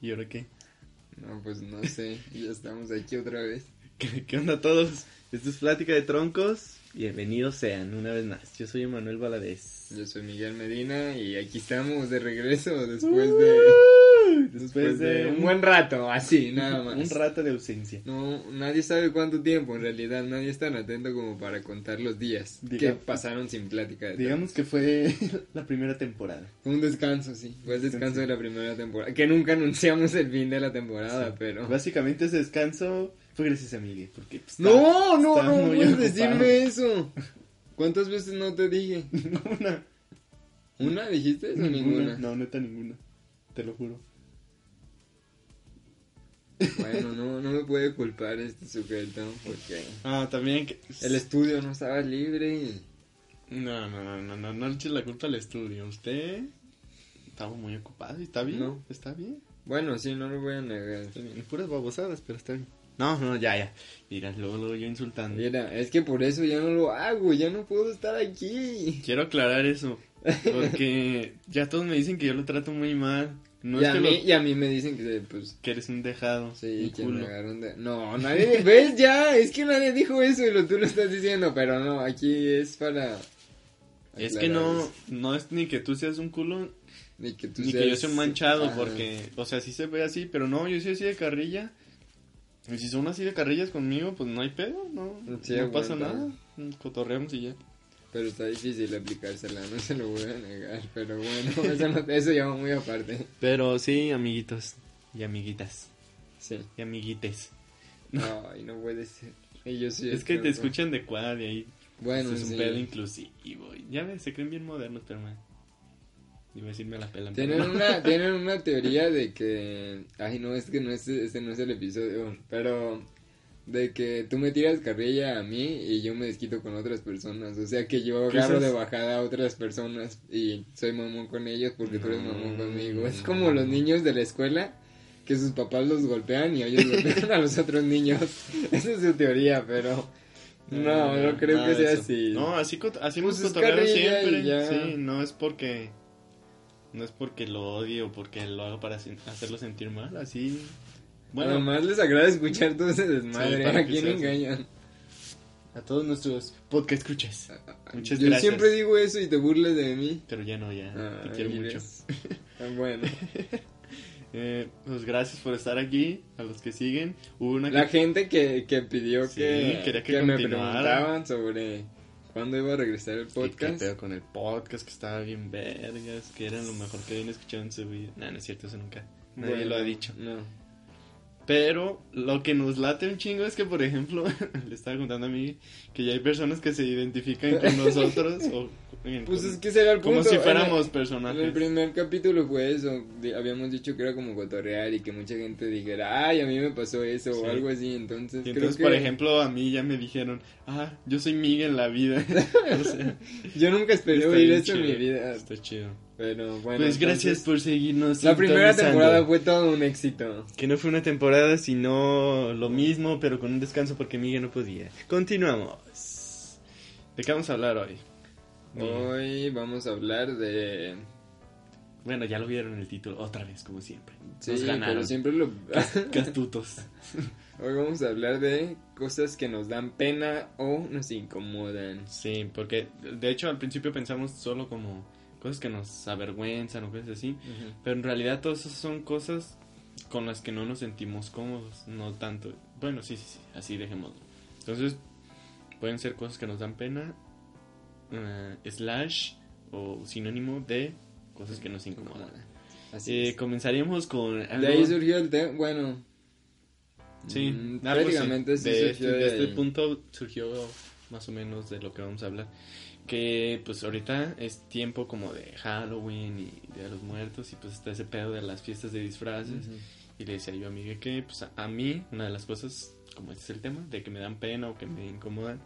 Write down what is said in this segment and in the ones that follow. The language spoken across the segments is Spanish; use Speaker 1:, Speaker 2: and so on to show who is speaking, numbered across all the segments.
Speaker 1: ¿Y ahora qué?
Speaker 2: No, pues no sé, ya estamos aquí otra vez.
Speaker 1: ¿Qué, qué onda a todos? Esto es Plática de Troncos. Bienvenidos sean una vez más. Yo soy Emanuel Valadez.
Speaker 2: Yo soy Miguel Medina y aquí estamos de regreso después de...
Speaker 1: Uh,
Speaker 2: Después de un buen rato, así, nada más.
Speaker 1: pues Un rato de ausencia.
Speaker 2: No, nadie sabe cuánto tiempo, en realidad, nadie es tan atento como para contar los días que
Speaker 1: Digamos-
Speaker 2: pasaron sin plática. de
Speaker 1: Digamos que fue la primera temporada.
Speaker 2: Fue un descanso, sí. Fue el descanso de la primera temporada. Que nunca anunciamos el fin de la temporada,
Speaker 1: Sí. Pues,
Speaker 2: pero.
Speaker 1: Básicamente ese descanso fue gracias a Miguel. Porque pues,
Speaker 2: no, no,
Speaker 1: está
Speaker 2: no
Speaker 1: muy
Speaker 2: puedes
Speaker 1: ocupado.
Speaker 2: decirme eso. ¿Cuántas veces no te dije?
Speaker 1: estaba- una,
Speaker 2: ¿Una dijiste o ninguna?
Speaker 1: No, neta ninguna. Te lo juro.
Speaker 2: Bueno, no, no me puede culpar este sujeto porque
Speaker 1: Ah, también que...
Speaker 2: el estudio no estaba libre. y-
Speaker 1: No, no, no, no, no, no le eches la culpa al estudio. Usted estaba muy ocupado y está bien.
Speaker 2: No.
Speaker 1: Está bien.
Speaker 2: Bueno, sí, no lo voy a negar.
Speaker 1: Está bien. Puras babosadas, pero está bien. No, no, ya, ya. Mira, luego, luego yo insultando.
Speaker 2: Mira, es que por eso ya no lo hago, ya no puedo estar aquí.
Speaker 1: Quiero aclarar eso. Porque ya todos me dicen que yo lo trato muy mal. No
Speaker 2: y,
Speaker 1: es
Speaker 2: a
Speaker 1: que, lo-
Speaker 2: mí, y a mí me dicen que, pues,
Speaker 1: que eres un dejado.
Speaker 2: Sí,
Speaker 1: un
Speaker 2: que me
Speaker 1: culo.
Speaker 2: agarraron de... No, nadie... ¿Ves? Ya, es que nadie dijo eso y lo, tú lo estás diciendo, pero no, aquí es para...
Speaker 1: Es que
Speaker 2: aclarar
Speaker 1: no,
Speaker 2: eso.
Speaker 1: no es ni que tú seas un culo,
Speaker 2: Ni que, tú
Speaker 1: ni que yo
Speaker 2: seas-
Speaker 1: sea un manchado,
Speaker 2: Ajá.
Speaker 1: porque, o sea, sí se ve así, pero no, yo soy así de carrilla. Y si son así de carrillas conmigo, pues no hay pedo, no,
Speaker 2: Sí,
Speaker 1: no
Speaker 2: aguanta.
Speaker 1: pasa nada. Cotorreamos y ya.
Speaker 2: Pero está difícil aplicársela, no se lo voy a negar, pero bueno, eso, no, eso ya va muy aparte.
Speaker 1: Pero sí, amiguitos y amiguitas
Speaker 2: Sí.
Speaker 1: y amiguites.
Speaker 2: Ay, no puede ser. Y yo sí
Speaker 1: es que te
Speaker 2: creo-
Speaker 1: escuchan de cuad y ahí
Speaker 2: Bueno,
Speaker 1: es un
Speaker 2: sí.
Speaker 1: pedo inclusivo. y Ya ves, se creen bien modernos, pero man. Iba a decirme la pela.
Speaker 2: Tienen una, tienen una teoría de que. Ay, no, es que no es, este no es el episodio. Pero. De que tú me tiras carrilla a mí y yo me desquito con otras personas. O sea que yo
Speaker 1: ¿Qué
Speaker 2: agarro de
Speaker 1: es?
Speaker 2: bajada a otras personas y soy mamón con ellos porque tú eres mamón
Speaker 1: Mm, No.
Speaker 2: conmigo. Es como los niños de la escuela que sus papás los golpean y ellos golpean a los otros niños. Esa es su teoría, pero. No,
Speaker 1: Eh,
Speaker 2: no creo que sea así.
Speaker 1: No, así, cot- así
Speaker 2: Pues
Speaker 1: hemos
Speaker 2: es
Speaker 1: cotorreado
Speaker 2: carrilla y
Speaker 1: siempre.
Speaker 2: ya.
Speaker 1: Sí, no es porque. No es porque lo odie o porque lo hago para sen- hacerlo sentir mal, así.
Speaker 2: Bueno,
Speaker 1: Bueno, pues,
Speaker 2: más les agrada escuchar todo ese desmadre. ¿eh?
Speaker 1: para
Speaker 2: ¿A
Speaker 1: que
Speaker 2: quién
Speaker 1: sea así.
Speaker 2: engañan?
Speaker 1: a todos nuestros podcast escuchas. Muchas
Speaker 2: Ah, Yo
Speaker 1: gracias.
Speaker 2: siempre digo eso y te burlas de mí.
Speaker 1: Pero ya no, ya. te
Speaker 2: Ay,
Speaker 1: quiero mucho.
Speaker 2: ves. Ah, Bueno,
Speaker 1: Eh, pues gracias por estar aquí, a los que siguen. Hubo una
Speaker 2: la
Speaker 1: que-
Speaker 2: gente que, que pidió
Speaker 1: Sí,
Speaker 2: que,
Speaker 1: quería que
Speaker 2: me
Speaker 1: continuara.
Speaker 2: preguntaban sobre cuándo iba a regresar el
Speaker 1: que- que
Speaker 2: podcast.
Speaker 1: pedo con el podcast que estaba bien vergas, que era lo mejor que habían escuchado en su vida. Nah, no es cierto, eso nunca. Nadie
Speaker 2: Bueno,
Speaker 1: lo ha dicho.
Speaker 2: No.
Speaker 1: Pero lo que nos late un chingo es que, por ejemplo, le estaba contando a mí que ya hay personas que se identifican con nosotros. o, en-
Speaker 2: Pues
Speaker 1: con-
Speaker 2: es que será el punto.
Speaker 1: como si
Speaker 2: En el-
Speaker 1: fuéramos
Speaker 2: En el,
Speaker 1: personajes.
Speaker 2: primer capítulo fue eso. de- habíamos dicho que era como cotorrear y que mucha gente dijera, ay, a mí me pasó eso
Speaker 1: Sí.
Speaker 2: o algo así. Entonces,
Speaker 1: Y entonces,
Speaker 2: creo
Speaker 1: por
Speaker 2: que
Speaker 1: ejemplo, a mí ya me dijeron, ah, yo soy Miguel en la vida. o sea,
Speaker 2: yo nunca esperé
Speaker 1: está
Speaker 2: oír
Speaker 1: bien
Speaker 2: eso en mi
Speaker 1: chido,
Speaker 2: vida.
Speaker 1: Está chido.
Speaker 2: Pero bueno.
Speaker 1: pues gracias
Speaker 2: entonces,
Speaker 1: por seguirnos.
Speaker 2: La primera
Speaker 1: sintonizando.
Speaker 2: temporada fue todo un éxito.
Speaker 1: Que no fue una temporada, sino lo mismo, pero con un descanso porque Miguel no podía. Continuamos. ¿De qué vamos a hablar hoy? Miguel.
Speaker 2: Hoy vamos a hablar de...
Speaker 1: Bueno, ya lo vieron en el título, otra vez, como siempre.
Speaker 2: Sí,
Speaker 1: Nos
Speaker 2: pero
Speaker 1: ganaron.
Speaker 2: siempre lo...
Speaker 1: Qué astutos.
Speaker 2: Hoy vamos a hablar de cosas que nos dan pena o nos incomodan.
Speaker 1: Sí, porque de hecho al principio pensamos solo como cosas que nos avergüenzan o cosas así. Pero en realidad todas esas son cosas con las que no nos sentimos cómodos, no tanto. Bueno, sí, sí, sí, así dejémoslo. Entonces, pueden ser cosas que nos dan pena, eh, slash, o sinónimo de cosas que nos incomodan.
Speaker 2: Así
Speaker 1: Eh,
Speaker 2: es.
Speaker 1: comenzaríamos con
Speaker 2: De
Speaker 1: algo-
Speaker 2: ahí surgió el tema, bueno...
Speaker 1: Sí,
Speaker 2: mm,
Speaker 1: algo así.
Speaker 2: prácticamente sí
Speaker 1: de,
Speaker 2: surgió
Speaker 1: este, de
Speaker 2: de
Speaker 1: este
Speaker 2: ahí.
Speaker 1: punto surgió más o menos de lo que vamos a hablar. Que pues ahorita es tiempo como de Halloween y Día de los Muertos y pues está ese pedo de las fiestas de disfraces.
Speaker 2: Ujú.
Speaker 1: Y le decía yo a Miguel que pues a, a mí una de las cosas, como este es el tema, de que me dan pena o que me incomodan,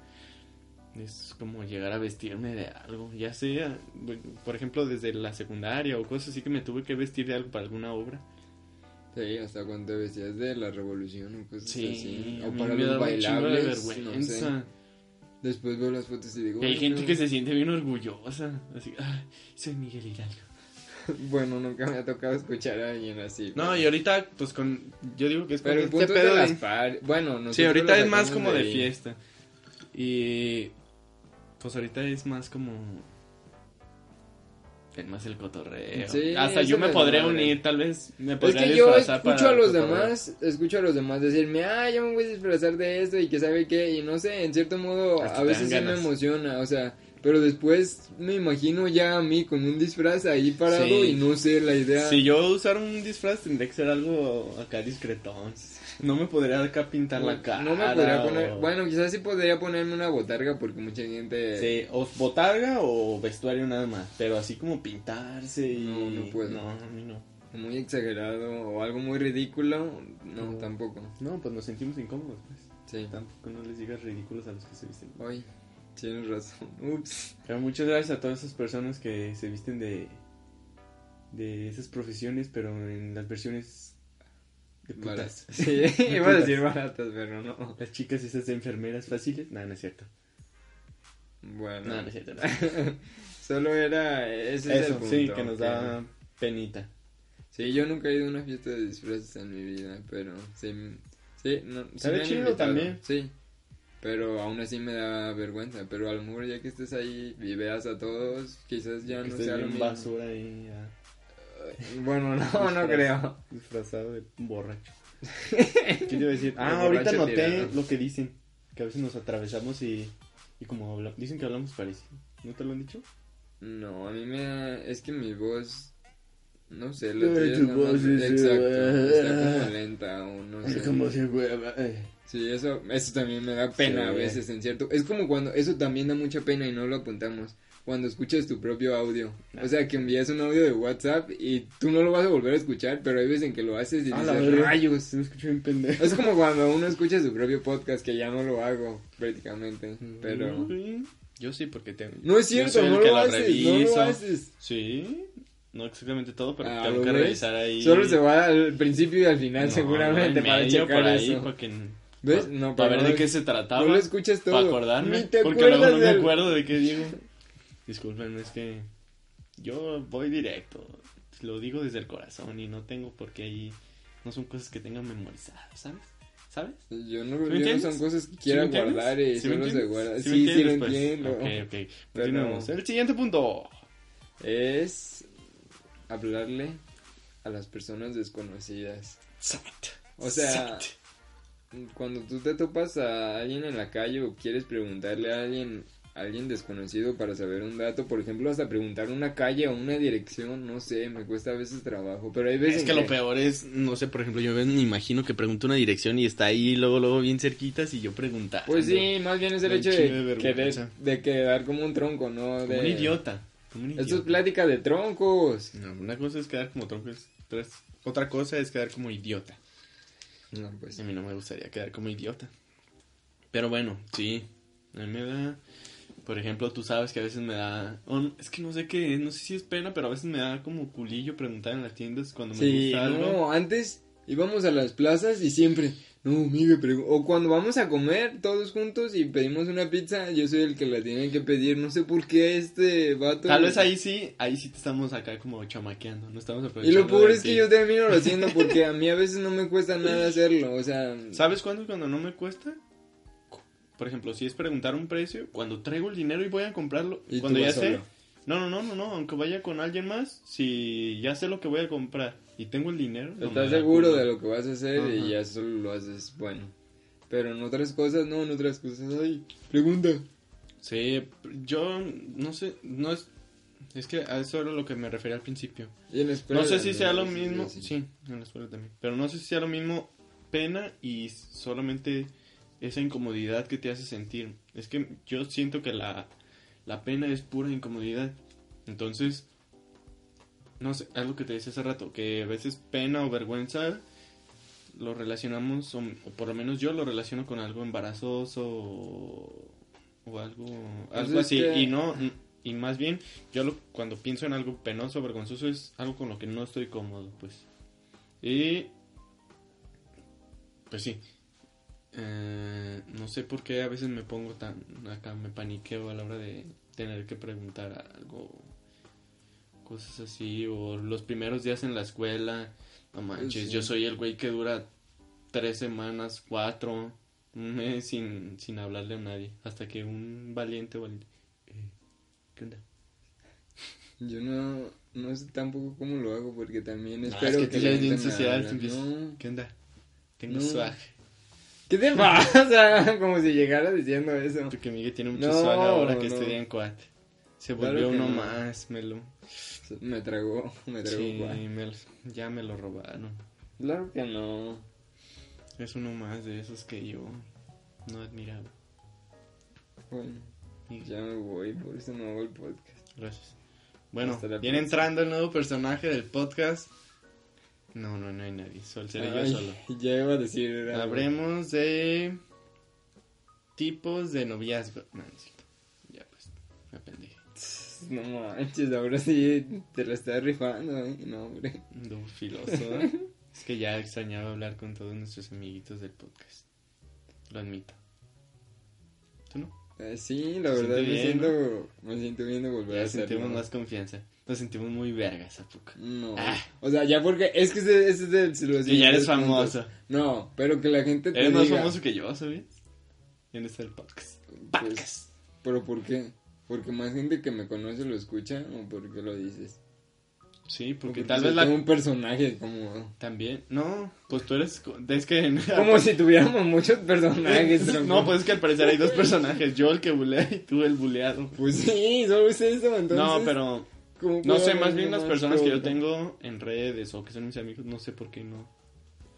Speaker 1: es como llegar a vestirme de algo. Ya sea, bu- por ejemplo, desde la secundaria o cosas así que me tuve que vestir de algo para alguna obra.
Speaker 2: Sí, hasta cuando te vestías de la revolución o cosas así.
Speaker 1: a
Speaker 2: O
Speaker 1: mí
Speaker 2: para
Speaker 1: me
Speaker 2: los
Speaker 1: daba un chingo de
Speaker 2: bailables. no sé.
Speaker 1: vergüenza.
Speaker 2: Después veo las fotos y digo...
Speaker 1: Y hay
Speaker 2: "Ay,
Speaker 1: gente
Speaker 2: no".
Speaker 1: que se siente bien orgullosa. Así, "Ay, soy Miguel Hidalgo.
Speaker 2: Bueno, nunca me ha tocado escuchar a alguien así.
Speaker 1: No, y ahorita, pues con. Yo digo que es
Speaker 2: Pero
Speaker 1: con
Speaker 2: el
Speaker 1: este
Speaker 2: punto es de
Speaker 1: pedo
Speaker 2: las
Speaker 1: de-
Speaker 2: par- Bueno, nosotros
Speaker 1: Sí, ahorita
Speaker 2: lo
Speaker 1: es más
Speaker 2: sacamos
Speaker 1: como de
Speaker 2: ahí.
Speaker 1: fiesta. Y. Pues ahorita es más como. Es más el cotorreo.
Speaker 2: Sí,
Speaker 1: Hasta
Speaker 2: eso
Speaker 1: yo me
Speaker 2: les
Speaker 1: podría
Speaker 2: madre.
Speaker 1: unir, tal vez. Me
Speaker 2: Es
Speaker 1: podría
Speaker 2: que yo
Speaker 1: disfrazar
Speaker 2: escucho
Speaker 1: para
Speaker 2: a los
Speaker 1: cotorreo.
Speaker 2: demás, escucho a los demás decirme, ah, yo me voy a disfrazar de esto y que sabe qué, y no sé, en cierto modo
Speaker 1: Hasta
Speaker 2: a
Speaker 1: te
Speaker 2: veces sí
Speaker 1: dan
Speaker 2: me
Speaker 1: ganas.
Speaker 2: emociona, o sea, pero después me imagino ya a mí con un disfraz ahí parado
Speaker 1: Sí.
Speaker 2: y no sé la idea.
Speaker 1: Si yo usara un disfraz, tendría que ser algo acá discretón. No me podría acá pintar la cara.
Speaker 2: No me podría poner,
Speaker 1: o-
Speaker 2: bueno, quizás sí podría ponerme una botarga porque mucha gente
Speaker 1: Sí, o botarga o vestuario nada más. Pero así como pintarse y.
Speaker 2: No, no puedo.
Speaker 1: No, a mí no.
Speaker 2: muy exagerado o algo muy ridículo, no,
Speaker 1: No.
Speaker 2: tampoco.
Speaker 1: No, pues nos sentimos incómodos, pues.
Speaker 2: Sí.
Speaker 1: Tampoco no les digas ridículos a los que se visten.
Speaker 2: Hoy tienes razón. Ups.
Speaker 1: Pero muchas gracias a todas esas personas que se visten de. de esas profesiones, pero en las versiones. de putas.
Speaker 2: Baratas. Sí, iba a decir baratas, pero no.
Speaker 1: Las chicas esas de enfermeras fáciles. Nada, no es cierto.
Speaker 2: Bueno.
Speaker 1: Nada, no es cierto. no.
Speaker 2: Solo era ese es el
Speaker 1: Eso,
Speaker 2: punto.
Speaker 1: sí, que nos
Speaker 2: ok.
Speaker 1: da penita.
Speaker 2: Sí, yo nunca he ido a una fiesta de disfraces en mi vida, pero sí, sí, no, sí
Speaker 1: Estaría
Speaker 2: me han
Speaker 1: chido
Speaker 2: invitado,
Speaker 1: también.
Speaker 2: Sí. Pero aún así me da vergüenza, pero a lo mejor ya que estés ahí y veas a todos, quizás ya
Speaker 1: que
Speaker 2: no
Speaker 1: estés
Speaker 2: sea lo
Speaker 1: bien
Speaker 2: mismo.
Speaker 1: basura ahí, ya,
Speaker 2: Bueno, no, no
Speaker 1: Disfraz.
Speaker 2: creo.
Speaker 1: disfrazado de borracho. ¿Qué te iba a decir? Ah,
Speaker 2: De
Speaker 1: ahorita
Speaker 2: borracho
Speaker 1: noté
Speaker 2: tirado.
Speaker 1: lo que dicen, que a veces nos atravesamos y, y como habla- dicen que hablamos parecido. ¿No te lo han dicho?
Speaker 2: No, a mí me... es que mi voz... No sé,
Speaker 1: Ay,
Speaker 2: la tuya
Speaker 1: tu
Speaker 2: es nada más-
Speaker 1: voz es-
Speaker 2: Exacto, está como lenta o no sé.
Speaker 1: se hueva.
Speaker 2: Sí, eso, eso también me da pena
Speaker 1: Sí.
Speaker 2: a veces, en cierto. Es como cuando, eso también da mucha pena y no lo apuntamos. Cuando escuchas tu propio audio. O sea, que envías un audio de WhatsApp y tú no lo vas a volver a escuchar, pero hay veces en que lo haces y
Speaker 1: A Ah, la
Speaker 2: dices,
Speaker 1: verga.
Speaker 2: rayos.
Speaker 1: Se me escuchó bien pendejo.
Speaker 2: Es como cuando uno escucha su propio podcast, que ya no lo hago prácticamente.
Speaker 1: Mm.
Speaker 2: Pero.
Speaker 1: Yo sí, porque tengo.
Speaker 2: No es
Speaker 1: Yo
Speaker 2: cierto,
Speaker 1: soy el
Speaker 2: no
Speaker 1: que
Speaker 2: lo,
Speaker 1: lo
Speaker 2: haces, no lo
Speaker 1: reviso.
Speaker 2: haces.
Speaker 1: Sí, no exactamente todo, pero
Speaker 2: Ah,
Speaker 1: tengo
Speaker 2: ¿lo
Speaker 1: que
Speaker 2: ves?
Speaker 1: revisar ahí.
Speaker 2: Solo se va al principio y al
Speaker 1: No,
Speaker 2: final,
Speaker 1: no,
Speaker 2: seguramente,
Speaker 1: en
Speaker 2: para
Speaker 1: medio,
Speaker 2: checar
Speaker 1: por ahí,
Speaker 2: eso.
Speaker 1: para que-
Speaker 2: ¿Ves?
Speaker 1: pa-
Speaker 2: No,
Speaker 1: para
Speaker 2: pero
Speaker 1: ver
Speaker 2: no
Speaker 1: de
Speaker 2: lo-
Speaker 1: qué se trataba.
Speaker 2: No lo escuchas todo.
Speaker 1: Para acordarme.
Speaker 2: Ni te
Speaker 1: porque luego no
Speaker 2: acuerdas
Speaker 1: me
Speaker 2: del-
Speaker 1: acuerdo de qué digo. Disculpenme, es que yo voy directo. Lo digo desde el corazón y no tengo por qué ahí. No son cosas que tenga memorizadas, ¿sabes? ¿Sabes?
Speaker 2: Yo no,
Speaker 1: me
Speaker 2: yo no
Speaker 1: entiendes?
Speaker 2: son cosas que
Speaker 1: ¿Sí me
Speaker 2: quiera
Speaker 1: entiendes?
Speaker 2: guardar y
Speaker 1: ¿Sí me
Speaker 2: solo se
Speaker 1: entiendes?
Speaker 2: guarda.
Speaker 1: ¿Sí
Speaker 2: Sí,
Speaker 1: me
Speaker 2: sí,
Speaker 1: entiendes,
Speaker 2: lo
Speaker 1: pues?
Speaker 2: entiendo.
Speaker 1: Ok, ok.
Speaker 2: Pero-
Speaker 1: Continuamos. El siguiente punto.
Speaker 2: Es hablarle a las personas desconocidas. O sea, cuando tú te topas a alguien en la calle o quieres preguntarle a alguien, a alguien desconocido para saber un dato, por ejemplo, hasta preguntar una calle o una dirección, no sé, me cuesta a veces trabajo, pero hay veces
Speaker 1: Es que
Speaker 2: en
Speaker 1: lo peor es, no sé, por ejemplo, yo me imagino que pregunto una dirección y está ahí luego, luego bien cerquitas y yo preguntar.
Speaker 2: Pues sí, más bien es el
Speaker 1: Me
Speaker 2: hecho
Speaker 1: enchile de
Speaker 2: de,
Speaker 1: vergüenza.
Speaker 2: querer, de quedar como un tronco, ¿no?
Speaker 1: Como
Speaker 2: de...
Speaker 1: un idiota. Como un
Speaker 2: Esto es
Speaker 1: idiota.
Speaker 2: plática de troncos.
Speaker 1: No, una cosa es quedar como tronco, es- otra es- otra cosa es quedar como idiota.
Speaker 2: No, pues
Speaker 1: A mí no me gustaría quedar como idiota. Pero bueno, sí, a mí me da... Por ejemplo, tú sabes que a veces me da... o no- es que no sé qué, no sé si es pena, pero a veces me da como culillo preguntar en las tiendas cuando me
Speaker 2: Sí,
Speaker 1: gusta algo.
Speaker 2: no, antes íbamos a las plazas y siempre, no, mire, pregu- o cuando vamos a comer todos juntos y pedimos una pizza, yo soy el que la tiene que pedir, no sé por qué este vato.
Speaker 1: Tal vez ahí sí, ahí sí te estamos acá como chamaqueando, no estamos
Speaker 2: Y
Speaker 1: aprovechando.
Speaker 2: lo peor
Speaker 1: de
Speaker 2: es
Speaker 1: ti.
Speaker 2: que yo termino lo haciendo porque a mí a veces no me cuesta nada hacerlo, o sea,
Speaker 1: ¿Sabes cuándo es cuando no me cuesta? Por ejemplo, si es preguntar un precio, cuando traigo el dinero y voy a comprarlo,
Speaker 2: y tú
Speaker 1: cuando ya
Speaker 2: vas
Speaker 1: sé,
Speaker 2: solo.
Speaker 1: No, no, no, no, no, aunque vaya con alguien más, si ya sé lo que voy a comprar y tengo el dinero. no
Speaker 2: Estás
Speaker 1: me da
Speaker 2: seguro
Speaker 1: culo.
Speaker 2: de lo que vas a hacer
Speaker 1: Ajá.
Speaker 2: y ya solo lo haces, bueno. Pero en otras cosas, no, en otras cosas, ay, pregunta.
Speaker 1: Sí, yo no sé, no es... Es que a eso era lo que me refería al principio.
Speaker 2: Y en la
Speaker 1: No sé
Speaker 2: escuela,
Speaker 1: si sea lo
Speaker 2: Sí,
Speaker 1: mismo,
Speaker 2: sí.
Speaker 1: sí, en la escuela también, pero no sé si sea lo mismo pena y solamente esa incomodidad que te hace sentir. Es que yo siento que la, la pena es pura incomodidad. Entonces, no sé, algo que te decía hace rato, que a veces pena o vergüenza lo relacionamos, o, o por lo menos yo lo relaciono con algo embarazoso o, o algo, algo
Speaker 2: Pues es
Speaker 1: así.
Speaker 2: que-
Speaker 1: Y no, y más bien, yo lo- cuando pienso en algo penoso, vergonzoso, es algo con lo que no estoy cómodo, pues. Y... Pues sí. Eh, no sé por qué a veces me pongo tan... Acá me paniqueo a la hora de tener que preguntar algo cosas así, o los primeros días en la escuela, no manches,
Speaker 2: Sí.
Speaker 1: yo soy el güey que dura tres semanas, cuatro, un mes sin, sin hablarle a nadie, hasta que un valiente, valiente, eh, ¿qué onda?
Speaker 2: Yo no, no sé tampoco cómo lo hago porque también
Speaker 1: Ah,
Speaker 2: espero
Speaker 1: es que tú
Speaker 2: la
Speaker 1: eres bien
Speaker 2: gente me
Speaker 1: social,
Speaker 2: habla.
Speaker 1: tú empiezas,
Speaker 2: No.
Speaker 1: ¿qué onda? Tengo
Speaker 2: No.
Speaker 1: swag,
Speaker 2: ¿Qué te pasa? Como si llegara diciendo eso.
Speaker 1: porque Miguel tiene mucho
Speaker 2: No,
Speaker 1: swag ahora que
Speaker 2: no.
Speaker 1: estudia en Coat, se
Speaker 2: Claro
Speaker 1: volvió
Speaker 2: que
Speaker 1: uno
Speaker 2: no.
Speaker 1: más, me lo,
Speaker 2: Me tragó, me tragó.
Speaker 1: sí,
Speaker 2: guau.
Speaker 1: me lo- ya me lo robaron.
Speaker 2: Claro que no.
Speaker 1: Es uno más de esos que yo no admiraba.
Speaker 2: Bueno,
Speaker 1: Y-
Speaker 2: ya me voy, por eso no hago el podcast.
Speaker 1: Gracias. Bueno,
Speaker 2: Hasta la
Speaker 1: viene
Speaker 2: próxima.
Speaker 1: entrando el nuevo personaje del podcast. No, no, no hay nadie. Sol seré yo
Speaker 2: Ay,
Speaker 1: solo.
Speaker 2: Ya iba a decir. era-
Speaker 1: Habremos de tipos de noviazgo. No, no es cierto. Ya pues, me apendejé.
Speaker 2: No manches, ahora sí te la estás rifando, ¿eh? No, hombre.
Speaker 1: Du filoso. ¿eh? es que ya extrañaba hablar con todos nuestros amiguitos del podcast. Lo admito. ¿Tú no?
Speaker 2: Eh, sí, la
Speaker 1: Se siente
Speaker 2: verdad me
Speaker 1: bien,
Speaker 2: siento, me siento bien de volver a
Speaker 1: Ya
Speaker 2: hacerlo.
Speaker 1: sentimos más confianza. Nos sentimos muy vergas a poco.
Speaker 2: No.
Speaker 1: Ah.
Speaker 2: O sea, ya porque es que ese, ese es el se los
Speaker 1: Que ya eres
Speaker 2: siguientes puntos.
Speaker 1: famoso.
Speaker 2: No, pero que la gente te
Speaker 1: Eres más
Speaker 2: diga,
Speaker 1: famoso que yo, ¿sabías? En este podcast.
Speaker 2: pues,
Speaker 1: Podcast.
Speaker 2: pero ¿por qué? Porque más gente que me conoce lo escucha o por qué lo dices?
Speaker 1: Sí,
Speaker 2: ¿O
Speaker 1: porque tal vez
Speaker 2: soy
Speaker 1: la...
Speaker 2: como un personaje como
Speaker 1: También... No, pues tú eres... co- Es que...
Speaker 2: como si tuviéramos muchos personajes.
Speaker 1: pues. no,
Speaker 2: tronco.
Speaker 1: pues es que al parecer hay dos personajes. Yo el que bulea y tú el buleado.
Speaker 2: pues sí, solo es eso, entonces.
Speaker 1: no, pero...
Speaker 2: ¿cómo
Speaker 1: No
Speaker 2: puede
Speaker 1: sé,
Speaker 2: haber
Speaker 1: más
Speaker 2: uno
Speaker 1: bien las personas que yo
Speaker 2: otro?
Speaker 1: tengo en redes o que son mis amigos, no sé por qué no...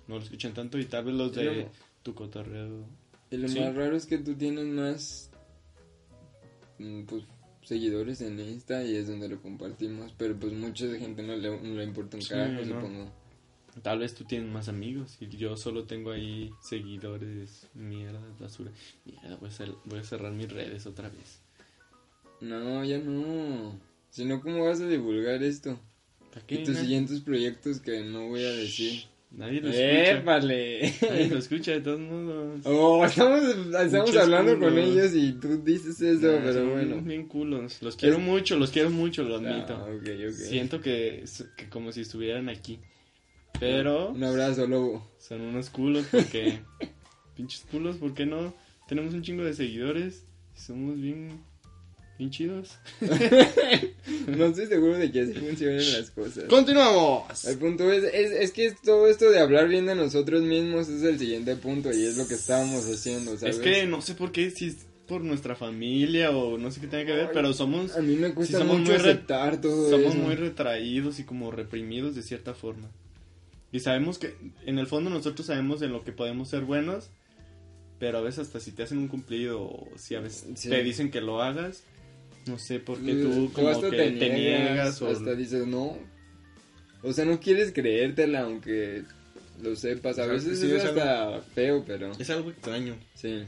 Speaker 1: No lo escuchan tanto y tal vez los de
Speaker 2: Yo-
Speaker 1: tu cotorreo.
Speaker 2: Y lo
Speaker 1: Sí.
Speaker 2: más raro es que tú tienes más mm, pues, seguidores en Insta y es donde lo compartimos, pero pues mucha gente no le, no le importa un
Speaker 1: Sí, no.
Speaker 2: carajo, supongo.
Speaker 1: Tal vez tú tienes más amigos y yo solo tengo ahí seguidores. Mierda, basura. Mierda, voy a, cer- voy a cerrar mis redes otra vez.
Speaker 2: No, ya no. Si no, ¿cómo vas a divulgar esto?
Speaker 1: ¿Para qué?
Speaker 2: Y tus
Speaker 1: Na-
Speaker 2: siguientes proyectos que no voy a decir. Eh,
Speaker 1: Nadie lo escucha.
Speaker 2: ¡Épale!
Speaker 1: Nadie lo escucha de todos modos.
Speaker 2: Oh, estamos, estamos
Speaker 1: Pinches
Speaker 2: hablando con
Speaker 1: culos.
Speaker 2: ellos y tú dices eso,
Speaker 1: Nah,
Speaker 2: pero
Speaker 1: son
Speaker 2: bueno.
Speaker 1: Bien culos. Los quiero mucho, los quiero mucho, lo admito.
Speaker 2: Ah, ok, ok.
Speaker 1: Siento que, es- que como si estuvieran aquí.
Speaker 2: Eh,
Speaker 1: Pero
Speaker 2: Un abrazo, lobo.
Speaker 1: son unos culos porque. pinches culos, ¿por qué no? Tenemos un chingo de seguidores. Somos bien. Bien chidos.
Speaker 2: No estoy seguro de que así funcionen las cosas.
Speaker 1: ¡Continuamos!
Speaker 2: El punto es, es, es que es todo esto de hablar bien de nosotros mismos es el siguiente punto y es lo que estábamos haciendo, ¿sabes?
Speaker 1: Es que no sé por qué, si es por nuestra familia o no sé qué tenga que ver, pero somos.
Speaker 2: a mí me cuesta
Speaker 1: Sí, somos
Speaker 2: mucho
Speaker 1: muy re-
Speaker 2: aceptar todo
Speaker 1: Somos
Speaker 2: eso.
Speaker 1: muy retraídos y como reprimidos de cierta forma. Y sabemos que, en el fondo, nosotros sabemos en lo que podemos ser buenos, pero a veces hasta si te hacen un cumplido o si a veces
Speaker 2: Sí.
Speaker 1: te dicen que lo hagas, no sé por qué
Speaker 2: Tú
Speaker 1: tú como
Speaker 2: Mm, hasta
Speaker 1: que te, niegas o...
Speaker 2: hasta dices no. O sea, no quieres creértela aunque lo sepas. A
Speaker 1: O sea,
Speaker 2: veces
Speaker 1: sí,
Speaker 2: es
Speaker 1: es algo-
Speaker 2: hasta feo, pero
Speaker 1: Es algo extraño.
Speaker 2: sí.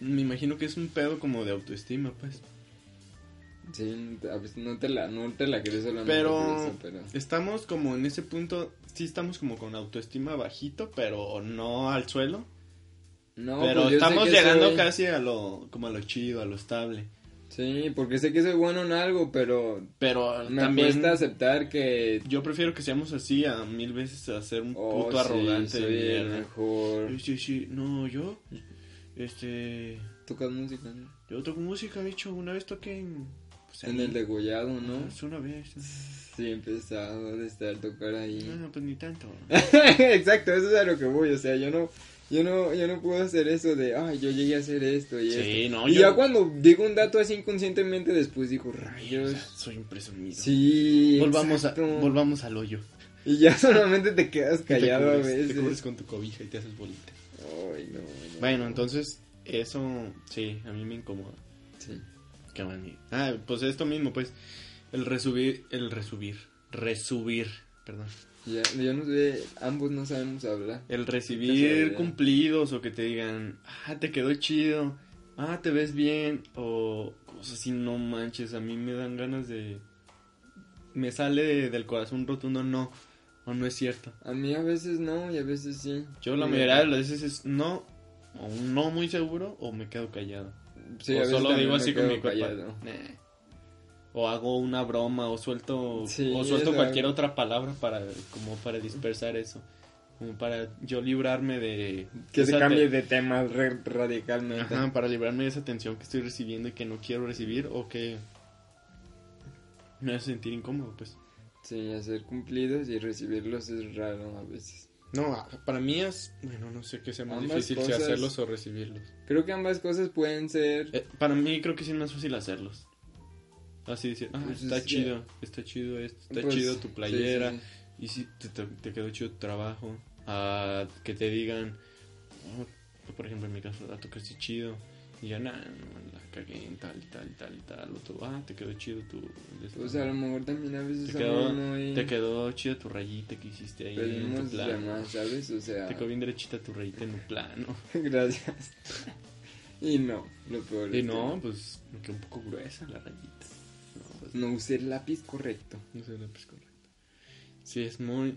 Speaker 1: Me imagino que es un pedo como de autoestima, pues.
Speaker 2: Sí, a veces no te la no te la crees solamente
Speaker 1: Pero-
Speaker 2: por eso, pero
Speaker 1: Estamos como en ese punto, sí estamos como con autoestima bajito, pero no al suelo.
Speaker 2: no,
Speaker 1: pero
Speaker 2: pues yo sé
Speaker 1: estamos
Speaker 2: que
Speaker 1: llegando
Speaker 2: soy-
Speaker 1: casi a lo, como a lo chido, a lo estable.
Speaker 2: Sí, porque sé que soy bueno en algo, pero
Speaker 1: Pero
Speaker 2: me
Speaker 1: también
Speaker 2: cuesta aceptar que
Speaker 1: yo prefiero que seamos así a mil veces a ser un
Speaker 2: Oh,
Speaker 1: puto
Speaker 2: sí,
Speaker 1: arrogante de
Speaker 2: soy el
Speaker 1: mierda.
Speaker 2: mejor.
Speaker 1: Sí, sí, sí. No, yo, este,
Speaker 2: Tocas música, ¿no?
Speaker 1: yo toco música, bicho, una vez toqué en... pues,
Speaker 2: En
Speaker 1: ahí.
Speaker 2: el degollado,
Speaker 1: Ah,
Speaker 2: ¿no?
Speaker 1: es una vez.
Speaker 2: Sí, empezado de estar tocar
Speaker 1: No,
Speaker 2: ahí.
Speaker 1: no, pues ni tanto.
Speaker 2: Exacto, eso es a lo que voy, o sea, yo no yo no yo no puedo hacer eso de, ay, yo llegué a hacer esto y
Speaker 1: Sí,
Speaker 2: esto.
Speaker 1: no,
Speaker 2: y
Speaker 1: yo-
Speaker 2: ya cuando digo un dato así inconscientemente después digo,
Speaker 1: O
Speaker 2: rayos.
Speaker 1: sea, soy un presumido.
Speaker 2: Sí.
Speaker 1: volvamos, a,
Speaker 2: exacto.
Speaker 1: volvamos al hoyo.
Speaker 2: Y ya solamente te quedas
Speaker 1: Te
Speaker 2: callado
Speaker 1: cubres-
Speaker 2: a
Speaker 1: Te cubres
Speaker 2: veces.
Speaker 1: con tu cobija y te haces bolita.
Speaker 2: Ay, no, no.
Speaker 1: Bueno, entonces, eso, sí, a mí me incomoda.
Speaker 2: Sí.
Speaker 1: Qué mal, mi- Ah, pues esto mismo, pues. El resubir. El resubir. Resubir. Perdón.
Speaker 2: Ya, yo no sé, ambos no sabemos hablar.
Speaker 1: El
Speaker 2: Qué
Speaker 1: recibir
Speaker 2: casualidad.
Speaker 1: cumplidos o que te digan, ah, te quedó chido, ah, te ves bien, o cosas así, no manches, a mí me dan ganas de... Me sale de- del corazón rotundo, no, o no es cierto.
Speaker 2: A mí a veces no y a veces sí.
Speaker 1: Yo la
Speaker 2: Y-
Speaker 1: mayoría de las veces es no, o un no muy seguro, o me quedo callado.
Speaker 2: Sí,
Speaker 1: o
Speaker 2: a veces
Speaker 1: solo
Speaker 2: también
Speaker 1: digo
Speaker 2: me
Speaker 1: así con
Speaker 2: quedo
Speaker 1: mi cuerpo.
Speaker 2: callado.
Speaker 1: "Nah". o hago una broma o suelto
Speaker 2: Sí,
Speaker 1: o suelto
Speaker 2: eso.
Speaker 1: cualquier otra palabra para como para dispersar eso, como para yo librarme de
Speaker 2: Que se
Speaker 1: esa te-
Speaker 2: cambie de tema re- radicalmente.
Speaker 1: Ajá, para librarme de esa tensión que estoy recibiendo y que no quiero recibir o que me hace sentir incómodo, pues.
Speaker 2: Sí, hacer cumplidos y recibirlos es raro a veces.
Speaker 1: No, a- para mí es, bueno, no sé qué sea más
Speaker 2: Ambas
Speaker 1: difícil, si
Speaker 2: cosas-
Speaker 1: hacerlos o recibirlos.
Speaker 2: Creo que ambas cosas pueden ser...
Speaker 1: Eh, para mí creo que sí es más fácil hacerlos. Así decir, ah,
Speaker 2: Pues
Speaker 1: está
Speaker 2: es que-
Speaker 1: chido, está chido esto, está
Speaker 2: pues,
Speaker 1: chido tu
Speaker 2: sí,
Speaker 1: playera,
Speaker 2: sí,
Speaker 1: y si te, te- te quedó chido tu trabajo, a que te digan, "Oh, por ejemplo en mi caso, ah, tú que sí chido, y ya nada, la cagué en tal y tal y tal y tal, otro, ah, te quedó chido tu...
Speaker 2: sí.
Speaker 1: esto".
Speaker 2: Pues a lo mejor también a veces
Speaker 1: Te quedó-
Speaker 2: somos muy...
Speaker 1: Te quedó chido tu rayita que hiciste ahí en tu
Speaker 2: Pedimos de
Speaker 1: plano.
Speaker 2: más, ¿sabes? O sea...
Speaker 1: Te quedó bien derechita tu rayita en tu plano.
Speaker 2: Gracias. y no, lo peor
Speaker 1: Y
Speaker 2: es
Speaker 1: no, pues me quedó un poco gruesa la rayita. No, pues
Speaker 2: que no usé el lápiz correcto.
Speaker 1: No sé, no, pues, correcto. Sí, es muy...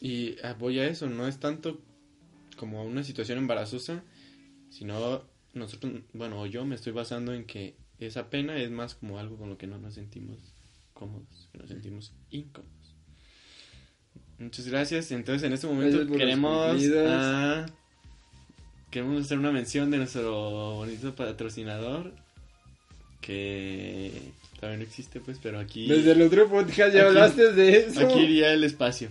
Speaker 1: Y ah, voy a eso, no es tanto como a una situación embarazosa, sino nosotros, bueno, o yo me estoy basando en que esa pena es más como algo con lo que no nos sentimos cómodos, que nos sentimos incómodos. Muchas gracias. Entonces, en este
Speaker 2: Gracias
Speaker 1: momento
Speaker 2: por los
Speaker 1: queremos
Speaker 2: cumplidos.
Speaker 1: ah, queremos hacer una mención de nuestro bonito patrocinador que todavía no existe, pues, pero aquí
Speaker 2: Desde el otro podcast ya
Speaker 1: Aquí-
Speaker 2: hablaste de eso.
Speaker 1: Aquí iría el espacio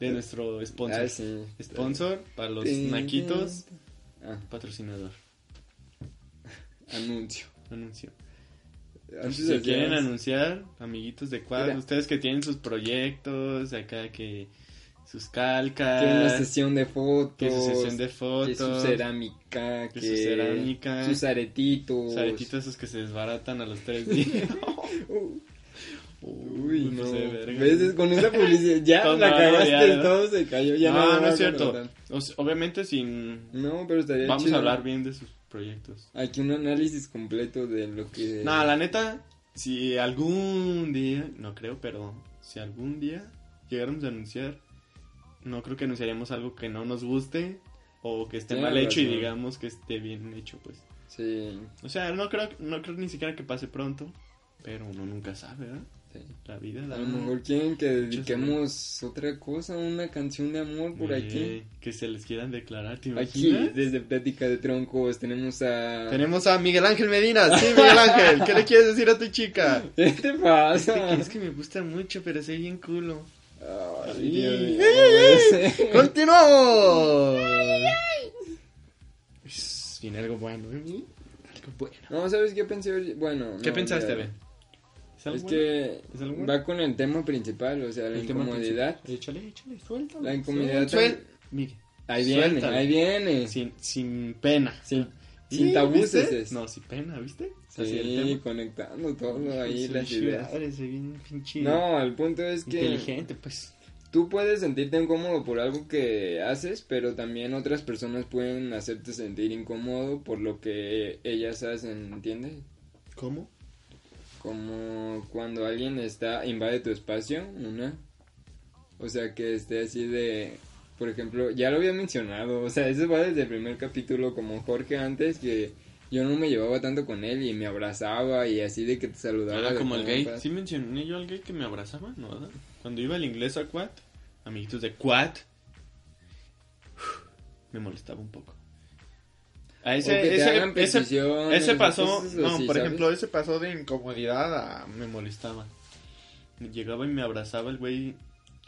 Speaker 1: de nuestro sponsor.
Speaker 2: Ah, sí.
Speaker 1: Sponsor para los
Speaker 2: Tin, tin.
Speaker 1: naquitos,
Speaker 2: Ah,
Speaker 1: patrocinador.
Speaker 2: anuncio.
Speaker 1: Anuncio.
Speaker 2: Antes
Speaker 1: Si se
Speaker 2: hacías-
Speaker 1: quieren anunciar, amiguitos de cuadro,
Speaker 2: Mira.
Speaker 1: ustedes que tienen sus proyectos, acá que sus
Speaker 2: Que una
Speaker 1: calcas,
Speaker 2: sesión de fotos.
Speaker 1: que su sesión de
Speaker 2: que su
Speaker 1: fotos,
Speaker 2: cerámica.
Speaker 1: que su cerámica,
Speaker 2: Sus aretitos.
Speaker 1: sus aretitos esos que se desbaratan a los tres días.
Speaker 2: Uh,
Speaker 1: Uy,
Speaker 2: Uy, no.
Speaker 1: sé, verga.
Speaker 2: ¿Ves? Con esa publicidad ya
Speaker 1: Todo
Speaker 2: la
Speaker 1: no,
Speaker 2: cagaste,
Speaker 1: ya, ¿no?
Speaker 2: todo se cayó. Ya
Speaker 1: no, no,
Speaker 2: la
Speaker 1: es
Speaker 2: vas a
Speaker 1: cierto.
Speaker 2: contar.
Speaker 1: O sea, obviamente sin...
Speaker 2: No, pero estaría
Speaker 1: Vamos
Speaker 2: chido.
Speaker 1: a hablar bien de sus proyectos.
Speaker 2: Aquí un análisis completo de lo que.
Speaker 1: No, la neta, si algún día, no creo, pero si algún día llegáramos a anunciar, no creo que anunciaríamos algo que no nos guste o que esté
Speaker 2: Tienes
Speaker 1: mal hecho y
Speaker 2: razón.
Speaker 1: digamos que esté bien hecho, pues.
Speaker 2: Sí,
Speaker 1: O sea, no creo, no creo ni siquiera que pase pronto, pero uno nunca sabe, ¿verdad?
Speaker 2: sí.
Speaker 1: La vida da
Speaker 2: A lo
Speaker 1: un-
Speaker 2: mejor quieren que
Speaker 1: Muchas
Speaker 2: dediquemos otra cosa, una canción de amor por aquí.
Speaker 1: Eh, Que se les quieran declarar, ¿te
Speaker 2: Aquí, Ah.
Speaker 1: imaginas?
Speaker 2: desde Plática de Troncos, tenemos a.
Speaker 1: Tenemos a Miguel Ángel Medina. Sí, Miguel Ángel, ¿qué le quieres decir a tu chica?
Speaker 2: ¿Qué te
Speaker 1: Es que,
Speaker 2: pasa?
Speaker 1: es que me gusta mucho, pero soy bien culo.
Speaker 2: Ay,
Speaker 1: Ay,
Speaker 2: Dios
Speaker 1: ay,
Speaker 2: mío, ese-
Speaker 1: ¡Continuamos! Shh, Viene algo bueno, ¿eh? Algo bueno.
Speaker 2: No, ¿sabes qué pensé? ahorita? Bueno.
Speaker 1: ¿Qué
Speaker 2: no,
Speaker 1: pensaste,
Speaker 2: ya.
Speaker 1: Ben?
Speaker 2: Es que
Speaker 1: ¿Es algo bueno?
Speaker 2: va con el tema principal, o sea, la incomodidad.
Speaker 1: Échale, échale, suéltalo.
Speaker 2: La incomodidad
Speaker 1: Suel-
Speaker 2: tam-
Speaker 1: Miguel,
Speaker 2: Ahí viene,
Speaker 1: Suéltalo.
Speaker 2: ahí viene.
Speaker 1: sin, sin pena.
Speaker 2: Sin,
Speaker 1: ¿Y,
Speaker 2: sin tabús
Speaker 1: ¿viste?
Speaker 2: ese es.
Speaker 1: No, sin pena, ¿viste? Así
Speaker 2: Sí, conectando todo ahí,
Speaker 1: Su-
Speaker 2: las
Speaker 1: su-
Speaker 2: ideas.
Speaker 1: madre, soy bien pinche
Speaker 2: No, el punto es que.
Speaker 1: Inteligente, pues.
Speaker 2: Tú puedes sentirte incómodo por algo que haces, pero también otras personas pueden hacerte sentir incómodo por lo que ellas hacen, ¿entiendes?
Speaker 1: ¿Cómo?
Speaker 2: Como cuando alguien está invade tu espacio, una. O sea, que esté así de, por ejemplo, ya lo había mencionado, o sea, eso va desde el primer capítulo como Jorge antes que yo no me llevaba tanto con él y me abrazaba y así de que te saludaba.
Speaker 1: Ah,
Speaker 2: de pues.
Speaker 1: como el gay.
Speaker 2: compas.
Speaker 1: ¿Sí mencioné yo al gay que me abrazaba? ¿No? ¿verdad? Cuando iba al inglés a Quad, amiguitos de Quad, me molestaba un poco. A
Speaker 2: O que
Speaker 1: ese,
Speaker 2: te hagan
Speaker 1: ese, ese,
Speaker 2: peticiones,
Speaker 1: ese pasó,
Speaker 2: cosas
Speaker 1: no,
Speaker 2: así,
Speaker 1: por
Speaker 2: ¿sabes?
Speaker 1: ejemplo, ese pasó de incomodidad a me molestaba. Llegaba y me abrazaba el güey,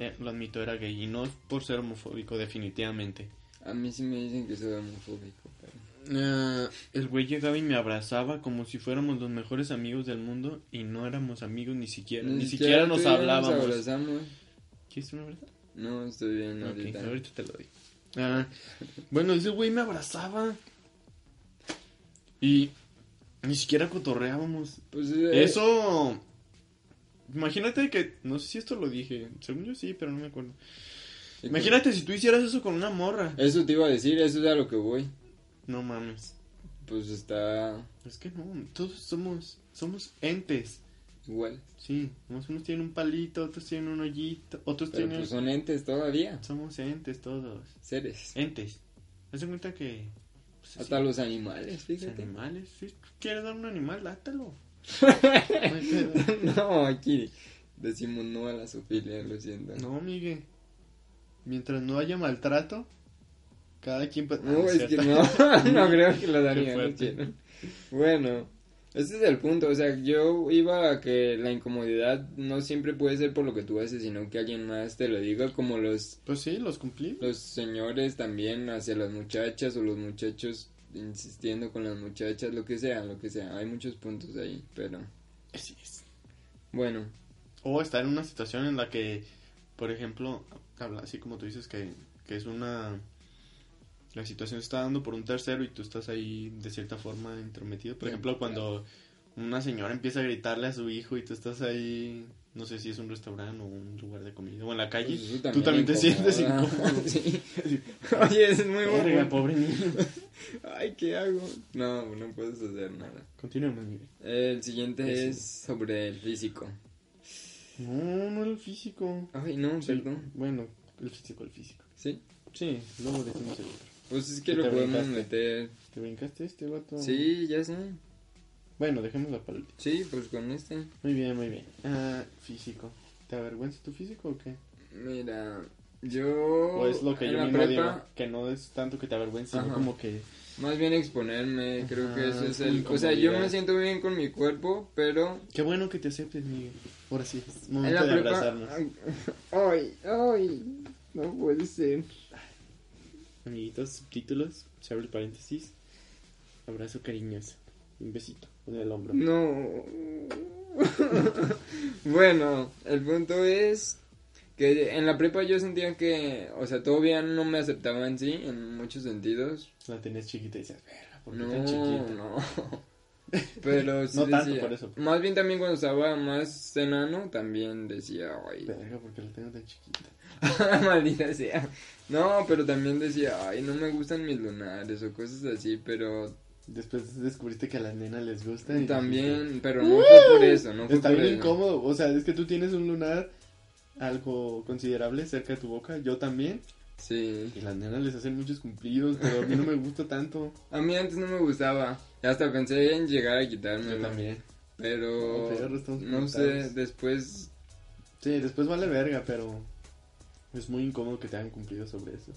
Speaker 1: eh, lo admito, era gay. Y no es por ser homofóbico, definitivamente.
Speaker 2: A mí sí me dicen que soy homofóbico, pero...
Speaker 1: Ah, el güey llegaba y me abrazaba como si fuéramos los mejores amigos del mundo y no éramos amigos ni siquiera, ni, siquiera,
Speaker 2: tú
Speaker 1: nos
Speaker 2: y yo
Speaker 1: hablábamos.
Speaker 2: Nos abrazamos.
Speaker 1: ¿Quieres una verdad?
Speaker 2: No, estoy bien
Speaker 1: Ok,
Speaker 2: ahorita.
Speaker 1: ahorita te lo doy. Ah, bueno, ese güey me abrazaba y ni siquiera cotorreábamos.
Speaker 2: Pues, eh,
Speaker 1: Eso... Imagínate que... No sé si esto lo dije. Según yo sí, pero no me acuerdo.
Speaker 2: y con-
Speaker 1: Imagínate si tú hicieras eso con una morra.
Speaker 2: Eso te iba a decir, eso es a lo que voy.
Speaker 1: No mames.
Speaker 2: Pues está
Speaker 1: Es que no. Todos somos... Somos entes.
Speaker 2: igual.
Speaker 1: Sí, unos, unos tienen un palito, otros tienen un hoyito, otros
Speaker 2: Pero
Speaker 1: tienen...
Speaker 2: pues son entes todavía,
Speaker 1: Somos entes todos.
Speaker 2: seres.
Speaker 1: Entes. Haz de cuenta que... pues,
Speaker 2: Hasta
Speaker 1: así,
Speaker 2: los animales,
Speaker 1: los
Speaker 2: fíjate.
Speaker 1: animales. Si quieres dar un animal, dátelo.
Speaker 2: no, aquí decimos no a la zoofilia, lo siento.
Speaker 1: No, Miguel. Mientras no haya maltrato, cada quien... pa-
Speaker 2: No,
Speaker 1: Ah,
Speaker 2: es que
Speaker 1: cierto.
Speaker 2: no, no creo que lo
Speaker 1: Qué
Speaker 2: darían. ¿no?
Speaker 1: fuerte.
Speaker 2: Bueno, ese es el punto. O sea, yo iba a que la incomodidad no siempre puede ser por lo que tú haces, sino que alguien más te lo diga, como los,
Speaker 1: Pues sí, los cumplí.
Speaker 2: los señores también hacia las muchachas o los muchachos insistiendo con las muchachas, lo que sea, lo que sea. Hay muchos puntos ahí, pero
Speaker 1: Así es.
Speaker 2: bueno.
Speaker 1: O estar en una situación en la que, por ejemplo, habla- así como tú dices que, que es una... La situación se está dando por un tercero y tú estás ahí de cierta forma intrometido. Por
Speaker 2: Ya,
Speaker 1: ejemplo, cuando una señora empieza a gritarle a su hijo y tú estás ahí, no sé si es un restaurante o un lugar de comida o en la calle,
Speaker 2: pues eso
Speaker 1: tú también te
Speaker 2: incomoda.
Speaker 1: sientes incómodo.
Speaker 2: Sí. Oye, es muy
Speaker 1: Verga,
Speaker 2: bueno.
Speaker 1: pobre niño.
Speaker 2: Ay, ¿qué hago? No, no puedes hacer nada.
Speaker 1: Continuemos, Miguel.
Speaker 2: El siguiente
Speaker 1: Ese.
Speaker 2: es sobre el físico.
Speaker 1: No, no el físico.
Speaker 2: Ay, no,
Speaker 1: Sí,
Speaker 2: perdón.
Speaker 1: Bueno, el físico, el físico.
Speaker 2: Sí.
Speaker 1: Sí, luego decimos el otro.
Speaker 2: Pues es que
Speaker 1: Te
Speaker 2: lo podemos
Speaker 1: brincaste.
Speaker 2: meter.
Speaker 1: ¿Te brincaste este vato?
Speaker 2: Sí, ya sé.
Speaker 1: Bueno, dejémosla para el último.
Speaker 2: Sí, pues con este.
Speaker 1: Muy bien, muy bien. Ah, físico. ¿Te avergüenza tu físico o qué?
Speaker 2: Mira, yo.
Speaker 1: O es lo que
Speaker 2: Oh, en
Speaker 1: yo
Speaker 2: la
Speaker 1: mismo
Speaker 2: prepa,
Speaker 1: digo, que no es tanto que te avergüenza, sino
Speaker 2: Ajá.
Speaker 1: como que...
Speaker 2: Más bien exponerme, creo
Speaker 1: Ajá,
Speaker 2: que eso
Speaker 1: es
Speaker 2: es el.
Speaker 1: una
Speaker 2: O sea, yo me
Speaker 1: incomodidad.
Speaker 2: siento bien con mi cuerpo, pero.
Speaker 1: Qué bueno que te aceptes, Miguel. Ahora sí, es
Speaker 2: En
Speaker 1: momento
Speaker 2: la
Speaker 1: de
Speaker 2: prepa.
Speaker 1: Mm, abrazarnos.
Speaker 2: Ay, ay. No puede ser.
Speaker 1: Amiguitos, subtítulos, se abre el paréntesis. Abrazo cariñoso. Un besito en el hombro.
Speaker 2: No. bueno, el punto es que en la prepa yo sentía que, o sea, todavía no me aceptaba en sí, en muchos sentidos.
Speaker 1: La tenés chiquita y dices, verga, ¿por qué
Speaker 2: No,
Speaker 1: tan chiquita?
Speaker 2: no. Pero sí
Speaker 1: No tanto
Speaker 2: decía-
Speaker 1: por eso.
Speaker 2: Más bien también cuando estaba más enano, también decía, ay,
Speaker 1: Verga, porque la tengo tan chiquita.
Speaker 2: maldita sea. No, pero también decía, ay, no me gustan mis lunares o cosas así, pero
Speaker 1: Después descubriste que a las nenas les gusta. y dijiste,
Speaker 2: también, pero no fue por eso, no fue
Speaker 1: Está
Speaker 2: por
Speaker 1: bien
Speaker 2: eso.
Speaker 1: incómodo. O sea, es que tú tienes un lunar algo considerable cerca de tu boca. Yo también.
Speaker 2: Sí.
Speaker 1: Y las nenas les hacen muchos cumplidos, pero a mí no me gusta tanto.
Speaker 2: A mí antes no me gustaba. Hasta pensé en llegar a quitarme.
Speaker 1: Yo también.
Speaker 2: Pero
Speaker 1: No, perro, estamos
Speaker 2: no sé,
Speaker 1: conectados.
Speaker 2: después
Speaker 1: Sí, después vale verga, pero es muy incómodo que te hagan cumplidos sobre eso.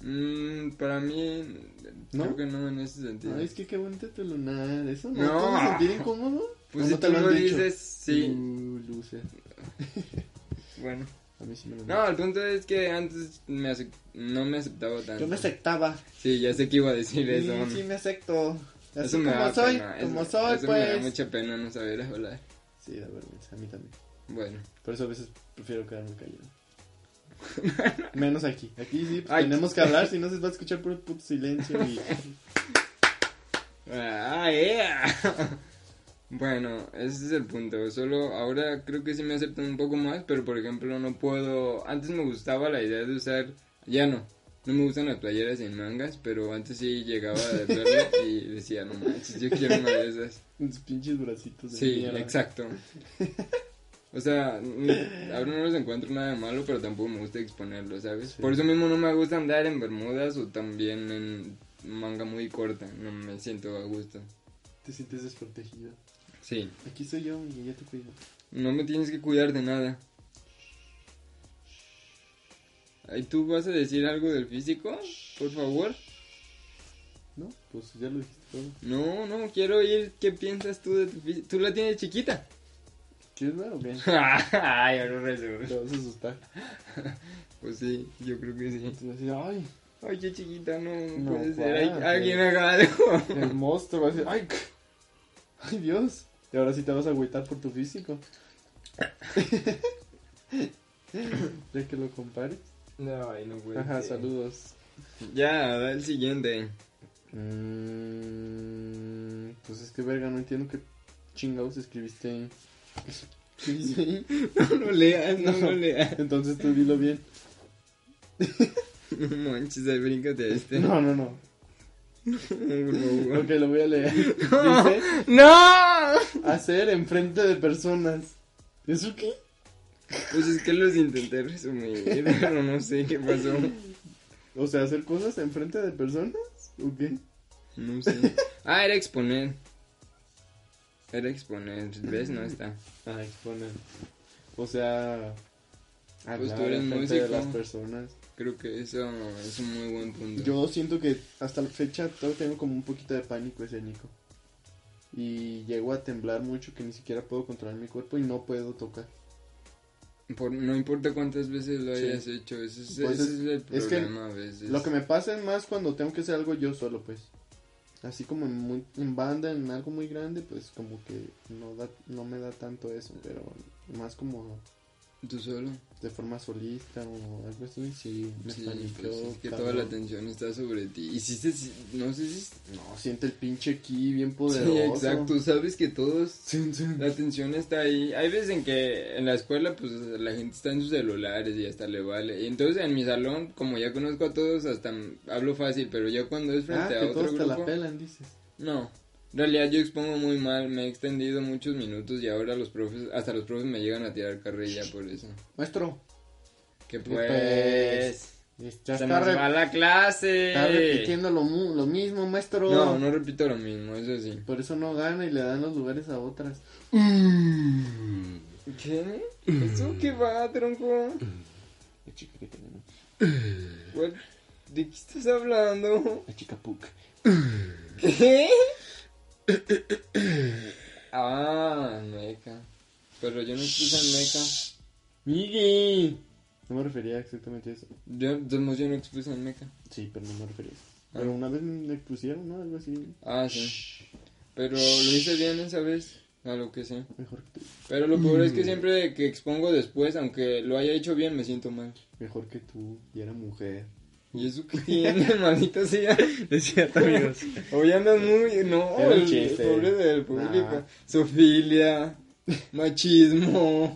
Speaker 2: mm, para mí
Speaker 1: ¿No?
Speaker 2: creo que no en ese sentido.
Speaker 1: Ay, es que qué bonito tu lunar. ¿Eso no,
Speaker 2: No.
Speaker 1: te vas a sentir incómodo?
Speaker 2: pues
Speaker 1: ¿O
Speaker 2: si
Speaker 1: no te
Speaker 2: tú
Speaker 1: lo
Speaker 2: lo
Speaker 1: han dicho?
Speaker 2: dices, sí.
Speaker 1: Uh, loser.
Speaker 2: Bueno.
Speaker 1: A mí sí me lo
Speaker 2: No, el punto es que antes me acep- no me aceptaba tanto.
Speaker 1: Yo me aceptaba.
Speaker 2: Sí, ya sé que iba a decir eso.
Speaker 1: Sí, sí, me acepto. Así
Speaker 2: Eso me
Speaker 1: como
Speaker 2: da
Speaker 1: soy,
Speaker 2: pena,
Speaker 1: como
Speaker 2: eso-
Speaker 1: soy,
Speaker 2: eso me da
Speaker 1: pues.
Speaker 2: mucha pena no saber hablar.
Speaker 1: Sí, da vergüenza, a mí también.
Speaker 2: Bueno.
Speaker 1: Por eso a veces prefiero quedarme callado. Menos aquí. Aquí sí, pues,
Speaker 2: Ay.
Speaker 1: tenemos que hablar, si no se va a escuchar puro puto silencio y...
Speaker 2: Ah, yeah. Bueno, ese es el punto. Solo ahora creo que sí me aceptan un poco más, pero por ejemplo no puedo... Antes me gustaba la idea de usar... Ya no. No me gustan las playeras en mangas, pero antes sí llegaba a verlas y decía, no manches, yo quiero una de esas.
Speaker 1: Tus pinches bracitos de
Speaker 2: Sí,
Speaker 1: mierda.
Speaker 2: exacto. O sea, n- ahora no les encuentro nada de malo, pero tampoco me gusta exponerlo, ¿sabes?
Speaker 1: Sí.
Speaker 2: Por eso mismo no me gusta andar en bermudas o también en manga muy corta. No me siento a gusto.
Speaker 1: Te sientes desprotegido.
Speaker 2: Sí.
Speaker 1: Aquí soy yo y ya te cuido.
Speaker 2: No me tienes que cuidar de nada. Ay, ¿Tú vas a decir algo del físico? Por favor.
Speaker 1: ¿No? Pues ya lo dijiste todo.
Speaker 2: No, no, quiero oír qué piensas tú de tu físico. Tú la tienes chiquita.
Speaker 1: ¿Quieres ver o qué?
Speaker 2: Ay, ahora resulta.
Speaker 1: Te vas a asustar.
Speaker 2: Pues sí, yo creo que sí.
Speaker 1: Te vas a decir, ay,
Speaker 2: Ay, qué chiquita, no,
Speaker 1: No,
Speaker 2: no puede ser. Ay,
Speaker 1: para,
Speaker 2: alguien
Speaker 1: pero-
Speaker 2: haga algo.
Speaker 1: el monstruo va a decir, ay, ay Dios. Y ahora sí te vas a agüitar por tu físico. ya que lo compares.
Speaker 2: No, ay, no puede
Speaker 1: Ajá,
Speaker 2: ser.
Speaker 1: saludos.
Speaker 2: Ya, da el siguiente.
Speaker 1: Mm, pues es que verga, no entiendo qué chingados escribiste ahí. Escribiste ahí.
Speaker 2: No lo leas, no,
Speaker 1: No.
Speaker 2: lo leas.
Speaker 1: Entonces tú dilo bien.
Speaker 2: No manches, ay, bríncate este.
Speaker 1: No, no, no.
Speaker 2: Por favor.
Speaker 1: Ok, lo voy a leer. Dice
Speaker 2: ¡No!
Speaker 1: hacer enfrente de personas. ¿Eso qué?
Speaker 2: Pues es que los intenté resumir, pero no sé qué pasó.
Speaker 1: O sea, hacer cosas enfrente de personas. ¿O qué?
Speaker 2: No sé. Ah, era exponer. Era exponer, ¿ves? No está.
Speaker 1: a exponer. O sea,
Speaker 2: Pues
Speaker 1: hablar
Speaker 2: tú eres
Speaker 1: enfrente de las
Speaker 2: músico.
Speaker 1: personas.
Speaker 2: Creo que eso es un muy buen punto.
Speaker 1: Yo siento que hasta la fecha todavía tengo como un poquito de pánico escénico. Y llego a temblar mucho que ni siquiera puedo controlar mi cuerpo y no puedo tocar.
Speaker 2: Por- no importa cuántas veces lo
Speaker 1: Sí.
Speaker 2: hayas hecho, ese es,
Speaker 1: Pues
Speaker 2: ese
Speaker 1: es-
Speaker 2: es el
Speaker 1: es que
Speaker 2: problema a veces.
Speaker 1: Lo que me pasa es más cuando tengo que hacer algo yo solo, pues. Así como en, muy- en banda, en algo muy grande, pues como que no, da, no me da tanto eso, pero más como
Speaker 2: Tú solo.
Speaker 1: de forma solista o algo así, sí, me
Speaker 2: Sí,
Speaker 1: paniqueó,
Speaker 2: pues es que
Speaker 1: cabrón.
Speaker 2: toda la atención está sobre ti. Y si se, si- no sé si... es-
Speaker 1: No, siente el pinche ki bien poderoso.
Speaker 2: Sí, exacto, sabes que todos...
Speaker 1: Zun, zun.
Speaker 2: La atención está ahí. Hay veces en que en la escuela pues la gente está en sus celulares y hasta le vale. Y entonces en mi salón, como ya conozco a todos, hasta m- hablo fácil, pero ya cuando es
Speaker 1: Ah,
Speaker 2: frente
Speaker 1: que
Speaker 2: a otro
Speaker 1: todos te la
Speaker 2: grupo...
Speaker 1: pelan, dices.
Speaker 2: No, en realidad yo expongo muy mal, me he extendido muchos minutos y ahora los profes, hasta los profes me llegan a tirar carrilla por eso.
Speaker 1: Maestro,
Speaker 2: Que
Speaker 1: pues,
Speaker 2: pues...
Speaker 1: ya
Speaker 2: se
Speaker 1: está,
Speaker 2: nos
Speaker 1: re-
Speaker 2: va la clase.
Speaker 1: está repitiendo lo, mu- lo mismo, maestro.
Speaker 2: No, no repito lo mismo, eso sí.
Speaker 1: Por eso no gana y le dan los lugares a otras.
Speaker 2: ¿Qué? ¿Eso qué va, tronco?
Speaker 1: La chica que te ganó.
Speaker 2: ¿Cuál- ¿De qué estás hablando?
Speaker 1: La chica Puck.
Speaker 2: ¿Qué? ah, meca. Pero yo no puse en meca.
Speaker 1: Miguel. No me refería exactamente a eso.
Speaker 2: Yo, de todos modos, yo no expuse en meca.
Speaker 1: Sí, pero no me refería a eso. Pero una vez me expusieron, ¿no? Algo así.
Speaker 2: Ah, sí. Pero lo hice bien esa vez, a lo que sé.
Speaker 1: Mejor que tú.
Speaker 2: Pero lo peor es
Speaker 1: Mm.
Speaker 2: que siempre que expongo después, aunque lo haya hecho bien, me siento mal.
Speaker 1: Mejor que tú. Y era mujer.
Speaker 2: ¿Y eso qué tiene, maldita sea?
Speaker 1: Es cierto, amigos.
Speaker 2: Hoy andas muy... No,
Speaker 1: Era un
Speaker 2: el,
Speaker 1: chiste.
Speaker 2: pobre del público.
Speaker 1: Nah.
Speaker 2: Sofilia, machismo,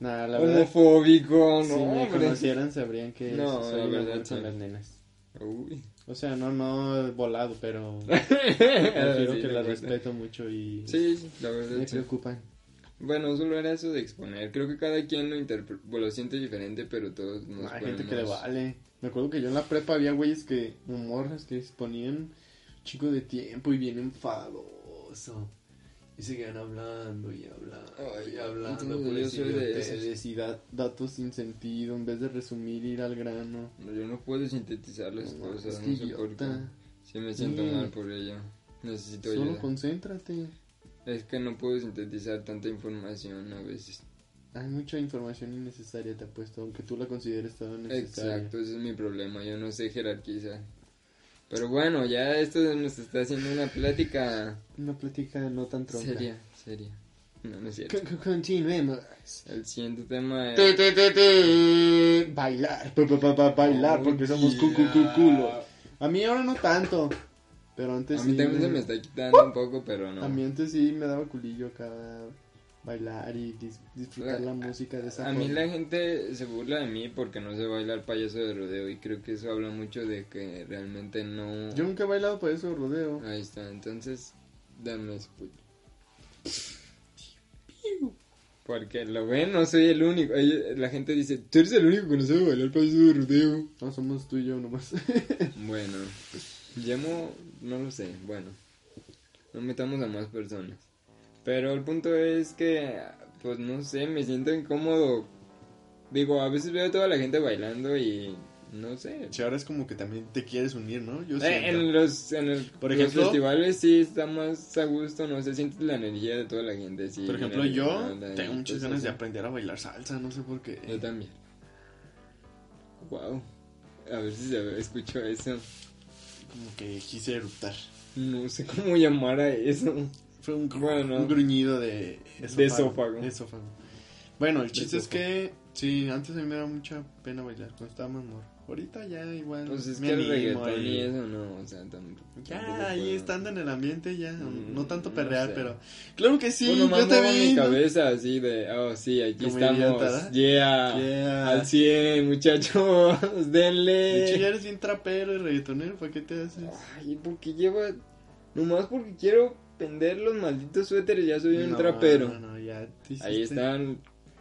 Speaker 1: Nah, la verdad.
Speaker 2: homofóbico, no,
Speaker 1: si me
Speaker 2: hombre.
Speaker 1: conocieran sabrían que
Speaker 2: No,
Speaker 1: soy
Speaker 2: la
Speaker 1: un amor
Speaker 2: verdad,
Speaker 1: con
Speaker 2: sí.
Speaker 1: las nenas.
Speaker 2: Uy.
Speaker 1: O sea, no, no volado, pero prefiero
Speaker 2: Prefiero
Speaker 1: que las respeto mucho y
Speaker 2: Sí, sí, la verdad,
Speaker 1: me
Speaker 2: sí.
Speaker 1: preocupan.
Speaker 2: Bueno, solo era eso de exponer. Creo que cada quien lo, interpre- lo siente diferente, pero todos nos
Speaker 1: Hay gente
Speaker 2: ponemos-
Speaker 1: que le vale. Me acuerdo que yo en la prepa había güeyes que, o morras que se ponían chico de tiempo y bien enfadoso. Y seguían hablando y hablando
Speaker 2: Ay,
Speaker 1: y hablando.
Speaker 2: entonces
Speaker 1: puras
Speaker 2: yo soy de
Speaker 1: idioteces
Speaker 2: esos.
Speaker 1: y da- datos sin sentido en vez de resumir ir al grano.
Speaker 2: No, Yo no puedo sintetizar las
Speaker 1: No,
Speaker 2: cosas,
Speaker 1: es que
Speaker 2: no sé por qué.
Speaker 1: idiota.
Speaker 2: Sí, me siento
Speaker 1: Sí.
Speaker 2: mal por ello. Necesito
Speaker 1: Solo
Speaker 2: ayuda.
Speaker 1: concéntrate.
Speaker 2: Es que no puedo sintetizar tanta información a veces.
Speaker 1: Hay mucha información innecesaria, te apuesto, aunque tú la consideres toda necesaria.
Speaker 2: Exacto, ese es mi problema. Yo no sé jerarquizar. Pero bueno, ya esto nos está haciendo una plática
Speaker 1: Una plática no tan tronca.
Speaker 2: seria, seria. No, no es cierto.
Speaker 1: Con- con- Continuemos.
Speaker 2: El siguiente tema
Speaker 1: Tu,
Speaker 2: es...
Speaker 1: tu, tu, tu. Bailar, pa, pa, pa, pa, bailar,
Speaker 2: Oh,
Speaker 1: porque somos cu, cu, cu, culo. A mí ahora no tanto, pero antes
Speaker 2: A
Speaker 1: sí.
Speaker 2: mí también se me está quitando un poco, pero no.
Speaker 1: A mí antes sí me daba culillo acá bailar y dis- disfrutar la,
Speaker 2: La-
Speaker 1: música de esa
Speaker 2: A mí
Speaker 1: forma.
Speaker 2: la gente se burla de mí porque no sé bailar payaso de rodeo y creo que eso habla mucho de que realmente no...
Speaker 1: Yo nunca he bailado por eso rodeo.
Speaker 2: Ahí está, entonces dame ese puño. Porque lo ven, no soy el único. Ella- la gente dice, tú eres el único que no sabe bailar payaso de rodeo.
Speaker 1: No somos tú y yo nomás.
Speaker 2: Bueno, llamo, no lo sé, bueno. No metamos a más personas. Pero el punto es que, pues no sé, me siento incómodo. Digo, a veces veo a toda la gente bailando y no sé.
Speaker 1: ahora es como que también te quieres unir, ¿no? Yo
Speaker 2: Eh, en los, en el-
Speaker 1: Por
Speaker 2: los
Speaker 1: ejemplo-
Speaker 2: festivales sí está más a gusto, no se siente la energía de toda la gente. Sí,
Speaker 1: Por ejemplo,
Speaker 2: la
Speaker 1: yo
Speaker 2: animada y pues, Eh,
Speaker 1: tengo muchas
Speaker 2: cosas
Speaker 1: ganas de
Speaker 2: así.
Speaker 1: aprender a bailar salsa, no sé por qué.
Speaker 2: Yo también. Wow. A ver si se escuchó eso.
Speaker 1: Como que quise eruptar.
Speaker 2: No sé cómo llamar a eso.
Speaker 1: Fue un, gru-
Speaker 2: Bueno.
Speaker 1: un gruñido de
Speaker 2: De esófago.
Speaker 1: de esófago. Bueno, el
Speaker 2: De
Speaker 1: chiste es que, sí, antes a mí me daba mucha pena bailar cuando estaba más morro. Ahorita ya igual.
Speaker 2: Pues es
Speaker 1: me
Speaker 2: que el
Speaker 1: animo
Speaker 2: reggaetón
Speaker 1: ahí.
Speaker 2: y eso no, o sea, tam- tampoco
Speaker 1: Ya, ahí
Speaker 2: puedo. Pues
Speaker 1: estando en el ambiente, ya.
Speaker 2: Mm,
Speaker 1: no tanto
Speaker 2: no
Speaker 1: perrear,
Speaker 2: sé.
Speaker 1: pero. Claro que
Speaker 2: Pues
Speaker 1: sí,
Speaker 2: nomás
Speaker 1: yo te
Speaker 2: muevo mi
Speaker 1: vi. ¿no?
Speaker 2: cabeza así de, oh sí, aquí
Speaker 1: Como
Speaker 2: estamos.
Speaker 1: idiota, ¿verdad?
Speaker 2: Yeah.
Speaker 1: Yeah.
Speaker 2: Al 100, muchachos, denle.
Speaker 1: De hecho, ya eres bien trapero y reggaetonero, ¿para qué te haces?
Speaker 2: Ay, porque lleva. Nomás porque quiero vender los malditos suéteres, ya soy un
Speaker 1: No,
Speaker 2: trapero.
Speaker 1: No, no, ya te
Speaker 2: Ahí
Speaker 1: hiciste-
Speaker 2: están.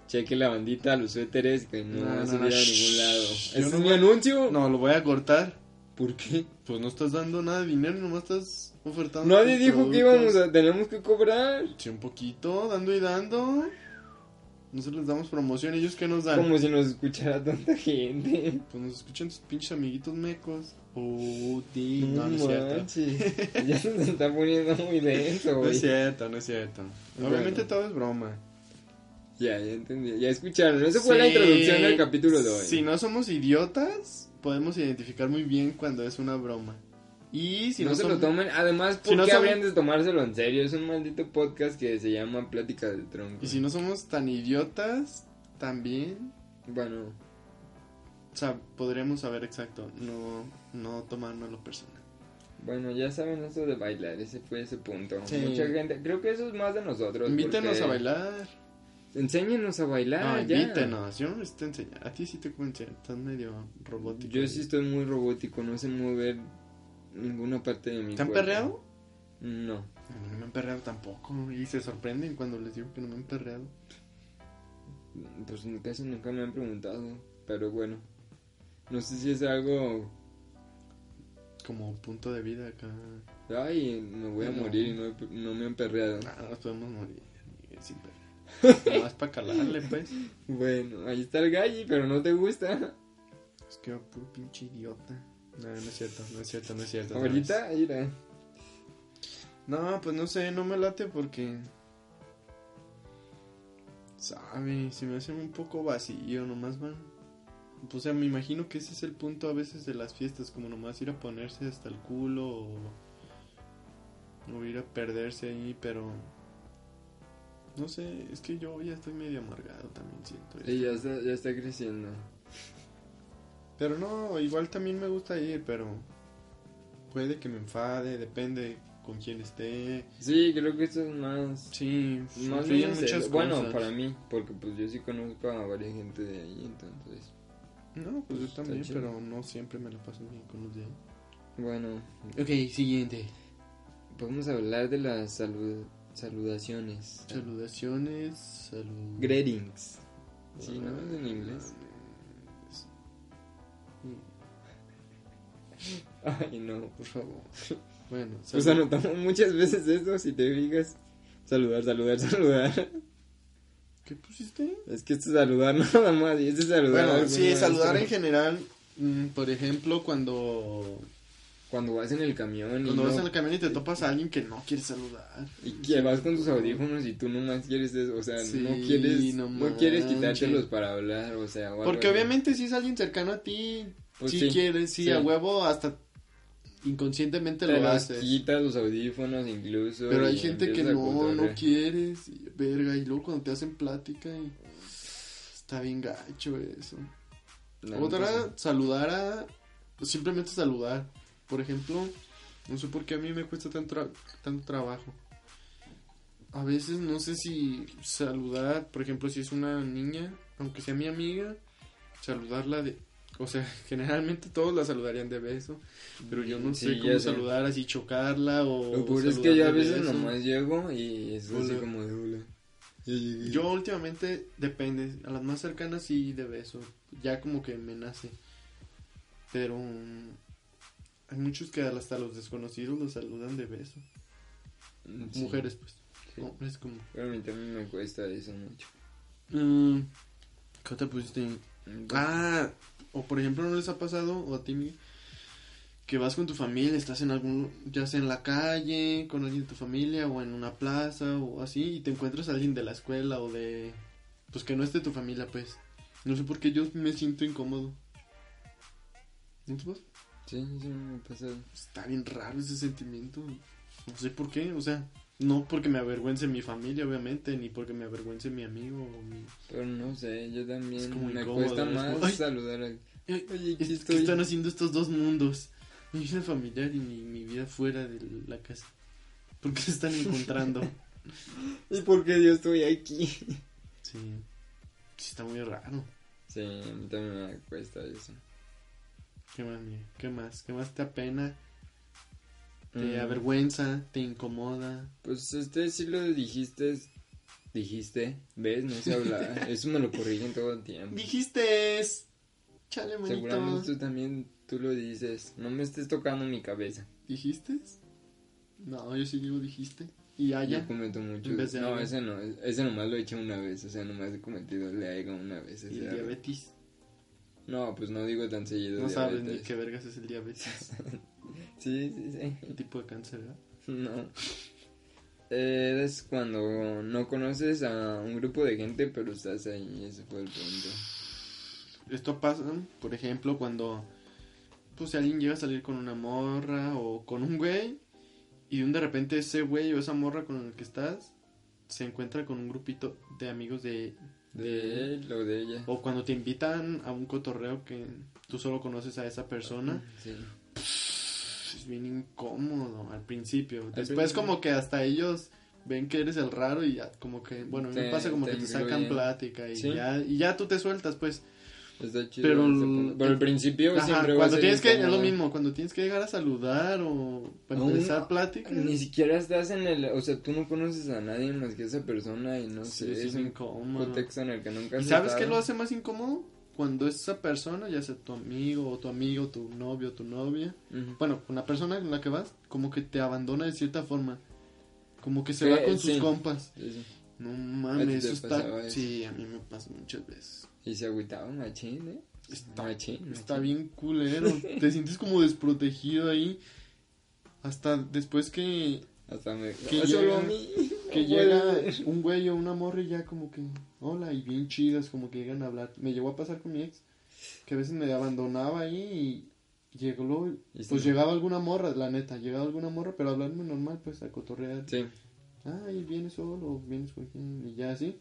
Speaker 2: Cheque la bandita, los suéteres que no,
Speaker 1: No,
Speaker 2: van a
Speaker 1: no,
Speaker 2: subir
Speaker 1: no,
Speaker 2: a
Speaker 1: shh.
Speaker 2: ningún lado.
Speaker 1: Yo
Speaker 2: ¿Ese es
Speaker 1: no
Speaker 2: mi
Speaker 1: voy-
Speaker 2: anuncio?
Speaker 1: No, lo voy a cortar.
Speaker 2: ¿Por qué?
Speaker 1: Pues no estás dando nada de dinero, nomás estás ofertando.
Speaker 2: Nadie
Speaker 1: tus
Speaker 2: dijo que
Speaker 1: productos.
Speaker 2: íbamos a... Tenemos que cobrar.
Speaker 1: Sí, un poquito, dando y dando. Nosotros les damos promoción, ellos que nos dan.
Speaker 2: Como si nos escuchara tanta gente.
Speaker 1: Pues nos escuchan tus pinches amiguitos mecos. Oh, tío. No,
Speaker 2: No,
Speaker 1: no es cierto.
Speaker 2: manches. Ya se está poniendo muy denso,
Speaker 1: No
Speaker 2: güey.
Speaker 1: es cierto, no es cierto.
Speaker 2: Bueno.
Speaker 1: Obviamente todo es broma.
Speaker 2: Ya, ya entendí. Ya escucharon. Esa fue la introducción del capítulo de hoy.
Speaker 1: Si no somos idiotas, podemos identificar muy bien cuando es una broma. Y si
Speaker 2: no,
Speaker 1: no,
Speaker 2: se
Speaker 1: somos-
Speaker 2: lo tomen. Además, ¿por
Speaker 1: si no
Speaker 2: qué
Speaker 1: son-
Speaker 2: habrían de tomárselo en serio? Es un maldito podcast que se llama Plática del Tronco.
Speaker 1: Y si no somos tan idiotas, también.
Speaker 2: Bueno,
Speaker 1: O sea, podríamos saber exacto. No, no tomárnoslo personal.
Speaker 2: bueno, ya saben eso de bailar. Ese fue ese punto.
Speaker 1: Sí.
Speaker 2: Mucha gente. Creo que eso es más de nosotros.
Speaker 1: Invítenos
Speaker 2: porque-
Speaker 1: a bailar.
Speaker 2: Enséñenos a bailar.
Speaker 1: no,
Speaker 2: ya.
Speaker 1: invítenos. Yo no les estoy enseñando. A ti sí te puedo enseñar. Estás medio robótico.
Speaker 2: Yo sí estoy muy robótico. No sé mover ninguna parte de mi
Speaker 1: ¿Te han
Speaker 2: cuerpo.
Speaker 1: perreado?
Speaker 2: No.
Speaker 1: A mí no me han perreado tampoco. Y se sorprenden cuando les digo que no me han perreado.
Speaker 2: Pues ni- casi nunca me han preguntado, pero bueno. No sé si es algo...
Speaker 1: Como punto de vida acá.
Speaker 2: Ay, me voy a
Speaker 1: No.
Speaker 2: morir y no, he- no me han perreado.
Speaker 1: Nada, nos podemos morir. Miguel, sin perrear. Nomás para calarle, pues.
Speaker 2: Bueno, ahí está el galli, pero no te gusta.
Speaker 1: Es que yo, puro pinche idiota. No, no es cierto, no es cierto, no es cierto. otra vez.
Speaker 2: Ahorita, mira.
Speaker 1: No, pues no sé, no me late porque. Sabe, se me hace un poco vacío, nomás van. pues, O sea, me imagino que ese es el punto a veces de las fiestas, como nomás ir a ponerse hasta el culo o. o ir a perderse ahí, pero. No sé, es que yo ya estoy medio amargado también, siento. eso.
Speaker 2: Y ya está, ya está creciendo.
Speaker 1: Pero no, igual también me gusta ir, pero. puede que me enfade, depende con quién esté.
Speaker 2: Sí, creo que esto es más...
Speaker 1: Sí,
Speaker 2: Más
Speaker 1: influyen
Speaker 2: bien
Speaker 1: muchas
Speaker 2: el- Bueno,
Speaker 1: cosas.
Speaker 2: para mí, porque pues yo sí conozco a varias gente de ahí, entonces...
Speaker 1: No, pues yo
Speaker 2: Está
Speaker 1: también,
Speaker 2: chido.
Speaker 1: pero no siempre me la paso bien con los de ahí.
Speaker 2: Bueno,
Speaker 1: Ok, siguiente.
Speaker 2: podemos hablar de las salu- saludaciones.
Speaker 1: Saludaciones, salud.
Speaker 2: Greetings.
Speaker 1: Ah,
Speaker 2: Sí, ¿no? Es en inglés. Ay, no.
Speaker 1: Por favor. Bueno,
Speaker 2: Pues
Speaker 1: salud-
Speaker 2: anotamos muchas veces eso, si te fijas. Saludar, saludar, saludar.
Speaker 1: ¿qué pusiste?
Speaker 2: Es que esto es saludar nada más, y este es saludar.
Speaker 1: Bueno,
Speaker 2: algo
Speaker 1: sí,
Speaker 2: más.
Speaker 1: saludar en general. mm, Por ejemplo, cuando,
Speaker 2: Cuando vas en el camión y,
Speaker 1: cuando vas
Speaker 2: no-
Speaker 1: en el camión y te topas a alguien que no quiere saludar.
Speaker 2: y que vas con tus audífonos y tú nomás quieres eso, o sea,
Speaker 1: Sí,
Speaker 2: no quieres,
Speaker 1: no
Speaker 2: no, quieres
Speaker 1: manches.
Speaker 2: quitártelos para hablar, o sea. o algo
Speaker 1: Porque
Speaker 2: así.
Speaker 1: obviamente si es alguien cercano a ti,
Speaker 2: Pues
Speaker 1: si
Speaker 2: sí,
Speaker 1: quieres, sí,
Speaker 2: sí.
Speaker 1: a huevo, hasta inconscientemente
Speaker 2: te
Speaker 1: lo
Speaker 2: los
Speaker 1: haces.
Speaker 2: quitas los audífonos incluso.
Speaker 1: Pero
Speaker 2: y
Speaker 1: hay gente que
Speaker 2: empiezas a
Speaker 1: no, no
Speaker 2: cotorrear.
Speaker 1: quieres, y, verga, y luego cuando te hacen plática y... Está bien gacho eso.
Speaker 2: No, no
Speaker 1: Otra,
Speaker 2: pasa.
Speaker 1: saludar a... pues, Simplemente saludar. Por ejemplo, no sé por qué a mí me cuesta tanto, tra- tanto trabajo. A veces no sé si saludar, por ejemplo, si es una niña, aunque sea mi amiga, saludarla de... O sea, generalmente todos la saludarían de beso, pero yo no
Speaker 2: Mm, Sí,
Speaker 1: sé
Speaker 2: ya
Speaker 1: cómo saludar, así chocarla o...
Speaker 2: Lo peor es
Speaker 1: saludar
Speaker 2: que yo
Speaker 1: de
Speaker 2: a veces
Speaker 1: beso.
Speaker 2: nomás llego y es así
Speaker 1: Hola.
Speaker 2: como de hola.
Speaker 1: Yo últimamente depende, a las más cercanas sí de beso, ya como que me nace. Pero mm, hay muchos que hasta los desconocidos los saludan de beso.
Speaker 2: Sí.
Speaker 1: Mujeres pues,
Speaker 2: Sí.
Speaker 1: hombres como...
Speaker 2: Pero a mí también me cuesta eso mucho.
Speaker 1: Mm, ¿Qué te pusiste?
Speaker 2: Entonces,
Speaker 1: Ah, o por ejemplo, ¿no les ha pasado, o a ti, Miguel, que vas con tu familia, estás en algún, ya sea en la calle, con alguien de tu familia, o en una plaza, o así, y te encuentras a alguien de la escuela, o de, pues que no esté tu familia, pues, no sé por qué yo me siento incómodo. ¿No te pasa?
Speaker 2: sí, sí, me pasa.
Speaker 1: Está bien raro ese sentimiento, no sé por qué, o sea, no porque me avergüence mi familia, obviamente, ni porque me avergüence mi amigo, o mi...
Speaker 2: Pero no sé, yo
Speaker 1: Es
Speaker 2: también
Speaker 1: como
Speaker 2: me
Speaker 1: incómodo,
Speaker 2: cuesta
Speaker 1: ¿no?
Speaker 2: más
Speaker 1: Ay.
Speaker 2: saludar a...
Speaker 1: Ay,
Speaker 2: Oye, aquí
Speaker 1: ¿Qué
Speaker 2: estoy.
Speaker 1: están haciendo estos dos mundos? Mi vida familiar y mi, mi vida fuera de la casa. ¿Por qué se están encontrando?
Speaker 2: ¿Y por qué yo estoy aquí?
Speaker 1: sí. Sí, está muy raro.
Speaker 2: Sí, a mí también me cuesta eso.
Speaker 1: ¿Qué más, mía? ¿Qué más? ¿Qué más te apena? ¿Te
Speaker 2: Mm,
Speaker 1: avergüenza? ¿Te incomoda?
Speaker 2: Pues este sí lo dijiste, dijiste, ¿ves? No sé hablar. eso me lo corrigen todo el tiempo.
Speaker 1: ¡Dijiste! es! Chale, manito.
Speaker 2: Mm. Seguramente tú también, tú lo dices. No me estés tocando mi cabeza.
Speaker 1: ¿Dijiste? No, yo sí digo dijiste. Y haya.
Speaker 2: Yo cometo mucho.
Speaker 1: Ah, En vez de
Speaker 2: no,
Speaker 1: algo.
Speaker 2: ese no. Ese nomás lo he hecho una vez. O sea, nomás he cometido la haga una vez. o
Speaker 1: Y
Speaker 2: sea,
Speaker 1: diabetes.
Speaker 2: no, pues no digo tan seguido.
Speaker 1: No sabes ni
Speaker 2: diabetes.
Speaker 1: qué vergas es el diabetes.
Speaker 2: Sí, sí, sí.
Speaker 1: El tipo de cáncer, ¿verdad?
Speaker 2: No. Eh, Es cuando no conoces a un grupo de gente, pero estás ahí. Ese fue el punto.
Speaker 1: Esto pasa, por ejemplo, cuando pues si alguien llega a salir con una morra o con un güey y de repente ese güey o esa morra con el que estás se encuentra con un grupito de amigos de
Speaker 2: De él o de ella.
Speaker 1: o cuando te invitan a un cotorreo que tú solo conoces a esa persona, pues,
Speaker 2: Sí.
Speaker 1: es bien incómodo al principio. Después
Speaker 2: principio.
Speaker 1: como que hasta ellos ven que eres el raro y ya como que bueno, a mí me
Speaker 2: Te-
Speaker 1: pasa como
Speaker 2: te
Speaker 1: que te sacan
Speaker 2: incluyen.
Speaker 1: plática y
Speaker 2: Sí.
Speaker 1: ya y ya tú te sueltas, pues.
Speaker 2: Está chido.
Speaker 1: Pero-
Speaker 2: ese punto. Pero al principio
Speaker 1: Ajá,
Speaker 2: siempre va a
Speaker 1: cuando
Speaker 2: ser
Speaker 1: tienes que, es lo
Speaker 2: incómodo.
Speaker 1: mismo, cuando tienes que llegar a saludar o para
Speaker 2: Aún
Speaker 1: empezar
Speaker 2: no-
Speaker 1: plática,
Speaker 2: Ni siquiera estás en el. O sea, tú no conoces a nadie más que esa persona y no
Speaker 1: pues, sí,
Speaker 2: sé.
Speaker 1: eso
Speaker 2: Es
Speaker 1: es
Speaker 2: un
Speaker 1: incómodo.
Speaker 2: contexto en el que nunca
Speaker 1: ¿Y
Speaker 2: has
Speaker 1: sabes
Speaker 2: estado.
Speaker 1: qué lo hace más incómodo? Cuando esa persona, ya sea tu amigo o tu amigo, tu novio, tu novia,
Speaker 2: Ujú.
Speaker 1: bueno, una persona con la que vas, como que te abandona de cierta forma. Como que se
Speaker 2: Sí,
Speaker 1: va con sus
Speaker 2: sí.
Speaker 1: compas.
Speaker 2: Sí, sí.
Speaker 1: No
Speaker 2: ¿A ti
Speaker 1: mames,
Speaker 2: te
Speaker 1: eso
Speaker 2: pasaba
Speaker 1: está...
Speaker 2: eso?
Speaker 1: Sí, a mí me pasa muchas veces.
Speaker 2: Y se agüitaba machín, ¿eh?
Speaker 1: Está
Speaker 2: machín.
Speaker 1: Está
Speaker 2: machín.
Speaker 1: bien culero. Te sientes como desprotegido ahí. Hasta después que,
Speaker 2: Hasta me.
Speaker 1: Que
Speaker 2: no, solo
Speaker 1: llega-
Speaker 2: a mí.
Speaker 1: que
Speaker 2: no
Speaker 1: llega
Speaker 2: puede ser.
Speaker 1: un güey o una morra y ya como que, hola, y bien chidas, como que llegan a hablar. Me llegó a pasar con mi ex, que a veces me abandonaba ahí y llegó, luego-
Speaker 2: Y
Speaker 1: pues
Speaker 2: sí.
Speaker 1: llegaba alguna morra, la neta, llegaba alguna morra, pero a hablarme normal, pues a cotorrear.
Speaker 2: Sí.
Speaker 1: Ay, vienes solo, vienes con quién, y ya así.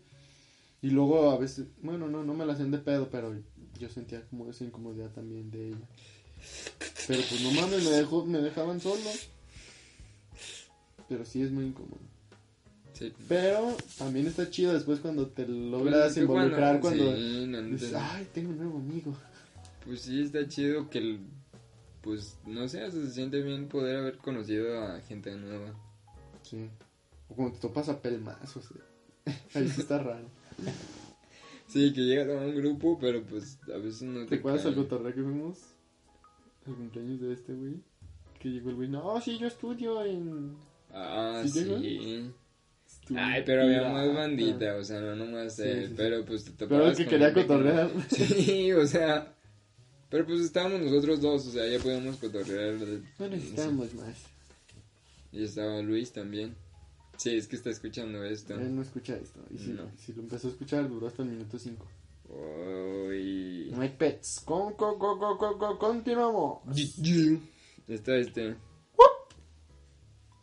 Speaker 1: Y luego a veces, bueno, no, no me la hacen de pedo, pero yo sentía como esa incomodidad también de ella. Pero pues no mames, me, dejó, me dejaban solo. Pero sí es muy incómodo.
Speaker 2: Sí.
Speaker 1: Pero también está chido después cuando te
Speaker 2: Pues es
Speaker 1: logras
Speaker 2: que
Speaker 1: involucrar, cuando,
Speaker 2: Sí, no, no
Speaker 1: dices,
Speaker 2: te-
Speaker 1: ay, tengo un nuevo amigo.
Speaker 2: Pues sí, está chido que. el- Pues no sé, o sea, se siente bien poder haber conocido a gente nueva.
Speaker 1: Sí. O cuando te topas a pelmazos. eh. Ahí sí está raro.
Speaker 2: Sí, que llegas a un grupo, pero pues a veces no te.
Speaker 1: ¿Te acuerdas
Speaker 2: cae.
Speaker 1: al cotorreo que fuimos? Al cumpleaños de este güey. Que llegó el güey, no, sí, yo estudio en...
Speaker 2: Ah,
Speaker 1: ¿Sí
Speaker 2: sí.
Speaker 1: llegó?
Speaker 2: Ay, pero había
Speaker 1: Pirata".
Speaker 2: más bandita, o sea, no nomás
Speaker 1: Sí,
Speaker 2: él,
Speaker 1: sí, sí.
Speaker 2: pero pues te
Speaker 1: Pero el
Speaker 2: topabas
Speaker 1: que
Speaker 2: con
Speaker 1: quería
Speaker 2: gente
Speaker 1: cotorrear.
Speaker 2: Sí, o sea. Pero pues estábamos nosotros dos, o sea, ya podíamos cotorrear. de-
Speaker 1: No necesitamos más.
Speaker 2: Y estaba Luis también. Sí, es que está escuchando esto.
Speaker 1: Él no escucha esto. Y si,
Speaker 2: No.
Speaker 1: si lo empezó a escuchar, duró hasta el minuto 5.
Speaker 2: Uy.
Speaker 1: No hay pets. Con, con, con, con, con, con- continuamos.
Speaker 2: Está este.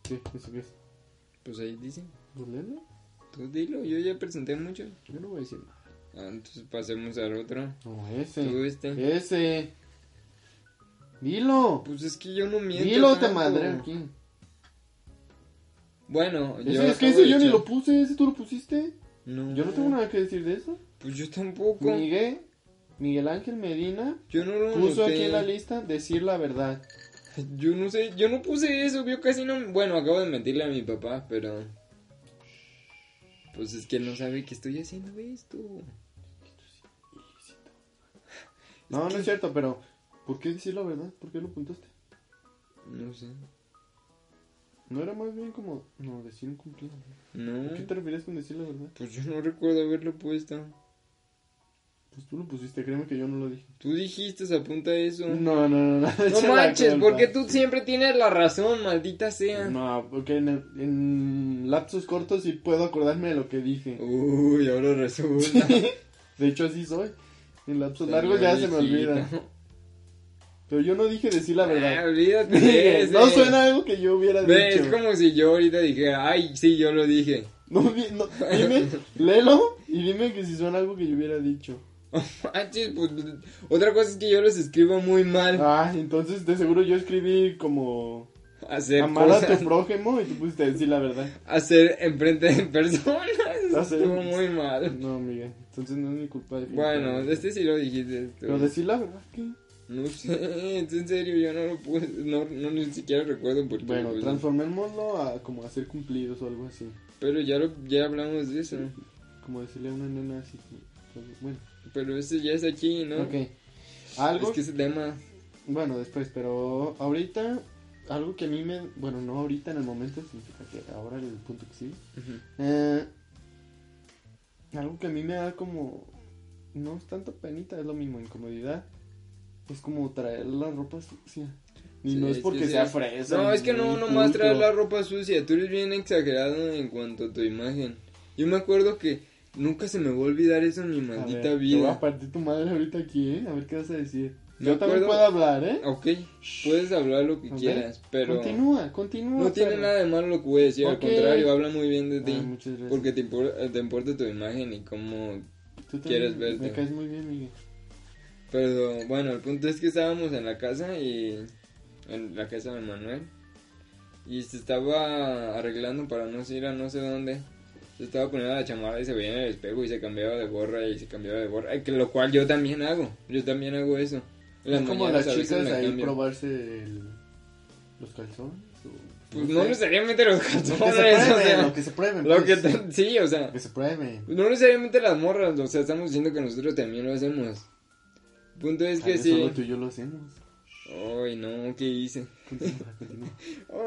Speaker 1: ¿Qué? ¿Eso qué es?
Speaker 2: Pues ahí dice.
Speaker 1: ¿Golele?
Speaker 2: Tú dilo, yo ya presenté mucho.
Speaker 1: Yo no voy a decir nada.
Speaker 2: Ah, entonces pasemos al otro.
Speaker 1: No,
Speaker 2: Tú
Speaker 1: ese.
Speaker 2: este.
Speaker 1: Ese. Dilo.
Speaker 2: Pues es que yo no miento.
Speaker 1: Dilo, te
Speaker 2: tanto.
Speaker 1: madre aquí.
Speaker 2: Bueno, yo.
Speaker 1: Ese es que
Speaker 2: acabo
Speaker 1: ese
Speaker 2: de
Speaker 1: yo ni
Speaker 2: echar-
Speaker 1: lo puse, ese tú lo pusiste.
Speaker 2: No.
Speaker 1: Yo no tengo nada que decir de eso.
Speaker 2: Pues yo tampoco.
Speaker 1: Miguel, Miguel Ángel Medina
Speaker 2: Yo no lo
Speaker 1: puso
Speaker 2: anoté.
Speaker 1: aquí en la lista decir la verdad.
Speaker 2: Yo no sé, yo no puse eso, yo casi no... Bueno, acabo de mentirle a mi papá, pero... Pues es que él no sabe que estoy haciendo esto.
Speaker 1: No,
Speaker 2: que-
Speaker 1: no es cierto, pero ¿por qué decir la verdad? ¿Por qué lo apuntaste?
Speaker 2: No sé.
Speaker 1: No era más bien como, no, decir un cumplido.
Speaker 2: No.
Speaker 1: ¿A qué te refieres con decir la verdad?
Speaker 2: Pues yo no recuerdo haberlo puesto.
Speaker 1: Pues tú lo pusiste, créeme que yo no lo dije.
Speaker 2: Tú dijiste, se apunta eso. Ah. No,
Speaker 1: No, no, no, no. echa la
Speaker 2: manches,
Speaker 1: culpa.
Speaker 2: porque tú siempre tienes la razón, maldita sea.
Speaker 1: No, porque en, en lapsos cortos sí puedo acordarme de lo que dije.
Speaker 2: Uy, ahora resulta.
Speaker 1: De hecho, así soy. En lapsos
Speaker 2: Señor
Speaker 1: largos ya se me
Speaker 2: viejito.
Speaker 1: olvida. Pero yo no dije decir la
Speaker 2: Ah,
Speaker 1: verdad.
Speaker 2: olvídate de ese.
Speaker 1: no suena algo que yo hubiera
Speaker 2: Ve,
Speaker 1: dicho.
Speaker 2: es como si yo ahorita dijera, ay, sí, yo lo dije.
Speaker 1: No, di- no, dime, léelo y dime que si suena algo que yo hubiera dicho.
Speaker 2: Manches, pues, otra cosa es que yo los escribo muy mal.
Speaker 1: Ah, entonces de seguro yo escribí como
Speaker 2: Hacer
Speaker 1: amar a
Speaker 2: cosas,
Speaker 1: tu prójimo y tú pusiste decir la verdad.
Speaker 2: hacer enfrente de personas.
Speaker 1: Hacer-
Speaker 2: Estuvo muy mal.
Speaker 1: No, Miguel, entonces no es mi culpa.
Speaker 2: Bueno, este sí lo dijiste. tú.
Speaker 1: Pero decir la verdad que...
Speaker 2: No sé, es en serio, yo no lo puse. No, no ni siquiera recuerdo pues, por qué.
Speaker 1: Bueno,
Speaker 2: lo puse.
Speaker 1: transformémoslo a como hacer cumplidos o algo así.
Speaker 2: Pero ya, lo, ya hablamos de eso.
Speaker 1: Como decirle a una nena así. como- como- Bueno,
Speaker 2: Pero ese ya es este aquí, ¿no?
Speaker 1: ok. Algo
Speaker 2: Es que ese tema.
Speaker 1: Bueno, después, pero ahorita, algo que a mí me. Bueno, no ahorita en el momento, sino que ahora el punto que sí. Eh, algo que a mí me da como. No es tanto penita, es lo mismo, incomodidad. Es como traer la ropa sucia. Y
Speaker 2: Sí,
Speaker 1: no es
Speaker 2: es
Speaker 1: porque
Speaker 2: que sí.
Speaker 1: sea fresa.
Speaker 2: No,
Speaker 1: ni
Speaker 2: es que no,
Speaker 1: muy
Speaker 2: nomás traer
Speaker 1: pulcro.
Speaker 2: la ropa sucia. Tú eres bien exagerado en cuanto a tu imagen. Yo me acuerdo que nunca se me va a olvidar eso en mi
Speaker 1: A ver,
Speaker 2: maldita
Speaker 1: Te voy a
Speaker 2: vida.
Speaker 1: partir tu madre ahorita aquí, ¿eh? A ver qué vas a decir.
Speaker 2: Me
Speaker 1: Yo también
Speaker 2: acuerdo-
Speaker 1: puedo hablar, ¿eh?
Speaker 2: Ok, puedes hablar lo que
Speaker 1: Ok.
Speaker 2: quieras, pero
Speaker 1: Continúa, continúa.
Speaker 2: no tiene
Speaker 1: perro.
Speaker 2: nada de malo lo que voy a decir.
Speaker 1: Ok.
Speaker 2: Al contrario, habla muy bien de ti.
Speaker 1: Ah, muchas gracias.
Speaker 2: porque te, impor- te importa tu imagen y cómo...
Speaker 1: Tú también
Speaker 2: quieres verte.
Speaker 1: Me caes muy bien, Miguel.
Speaker 2: Pero bueno, el punto es que estábamos en la casa y... En la casa de Manuel. Y se estaba arreglando para no ir a no sé dónde. Se estaba poniendo la chamarra y se veía en el espejo y se cambiaba de gorra y se cambiaba de gorra. eh, Que lo cual yo también hago. Yo también hago eso. En
Speaker 1: es como
Speaker 2: mañanas
Speaker 1: las
Speaker 2: a veces
Speaker 1: chicas
Speaker 2: me
Speaker 1: ahí
Speaker 2: cambio.
Speaker 1: probarse el- los calzones. o-
Speaker 2: Pues no
Speaker 1: sé.
Speaker 2: necesariamente los
Speaker 1: Lo que
Speaker 2: calzones.
Speaker 1: se prueben,
Speaker 2: o sea,
Speaker 1: lo que se prueben.
Speaker 2: lo que
Speaker 1: pues.
Speaker 2: te- sí, o sea.
Speaker 1: Lo que se prueben.
Speaker 2: No necesariamente las morras, o sea, estamos diciendo que nosotros también lo hacemos. Punto es
Speaker 1: Tal
Speaker 2: que
Speaker 1: vez
Speaker 2: sí.
Speaker 1: Solo tú y yo lo hacemos.
Speaker 2: Ay, no, ¿qué hice?
Speaker 1: Continúa, continúa.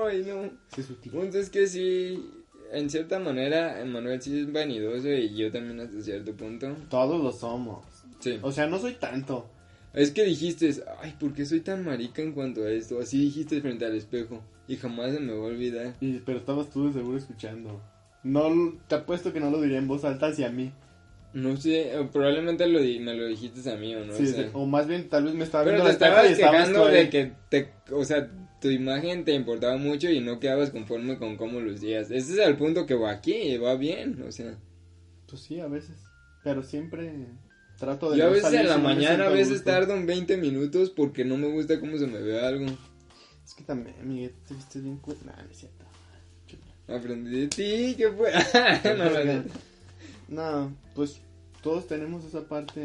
Speaker 2: Ay, no.
Speaker 1: Sí, es útil.
Speaker 2: Punto es que sí, en cierta manera, Manuel sí es vanidoso y yo también hasta cierto punto.
Speaker 1: Todos lo somos.
Speaker 2: Sí.
Speaker 1: O sea, no soy tanto.
Speaker 2: Es que dijiste, ay, ¿por qué soy tan marica en cuanto a esto? Así dijiste frente al espejo y jamás se me va a olvidar.
Speaker 1: Y, pero estabas tú de seguro escuchando. No, l- te apuesto que no lo diría en voz alta hacia mí.
Speaker 2: No sé, eh, probablemente lo di- me lo dijiste a mí o no
Speaker 1: Sí,
Speaker 2: sé.
Speaker 1: o más bien, tal vez me estaba
Speaker 2: Pero
Speaker 1: viendo la
Speaker 2: te
Speaker 1: cara
Speaker 2: estabas
Speaker 1: y estabas
Speaker 2: quejando
Speaker 1: tú ahí.
Speaker 2: de que te, o sea, tu imagen te importaba mucho y no quedabas conforme con cómo lucías. Ese es el punto que va aquí, va bien, o sea.
Speaker 1: Pues sí, a veces. Pero siempre trato de.
Speaker 2: Yo a
Speaker 1: no
Speaker 2: veces
Speaker 1: salir
Speaker 2: en la
Speaker 1: si no me
Speaker 2: mañana,
Speaker 1: siento
Speaker 2: a veces
Speaker 1: gusto.
Speaker 2: tardo en 20 minutos porque no me gusta cómo se me ve algo.
Speaker 1: Es que también, Miguel, te viste bien. cu- Nah, no es cierto.
Speaker 2: Aprendí de ti, ¿qué fue? no, la neta.
Speaker 1: no, pues todos tenemos esa parte.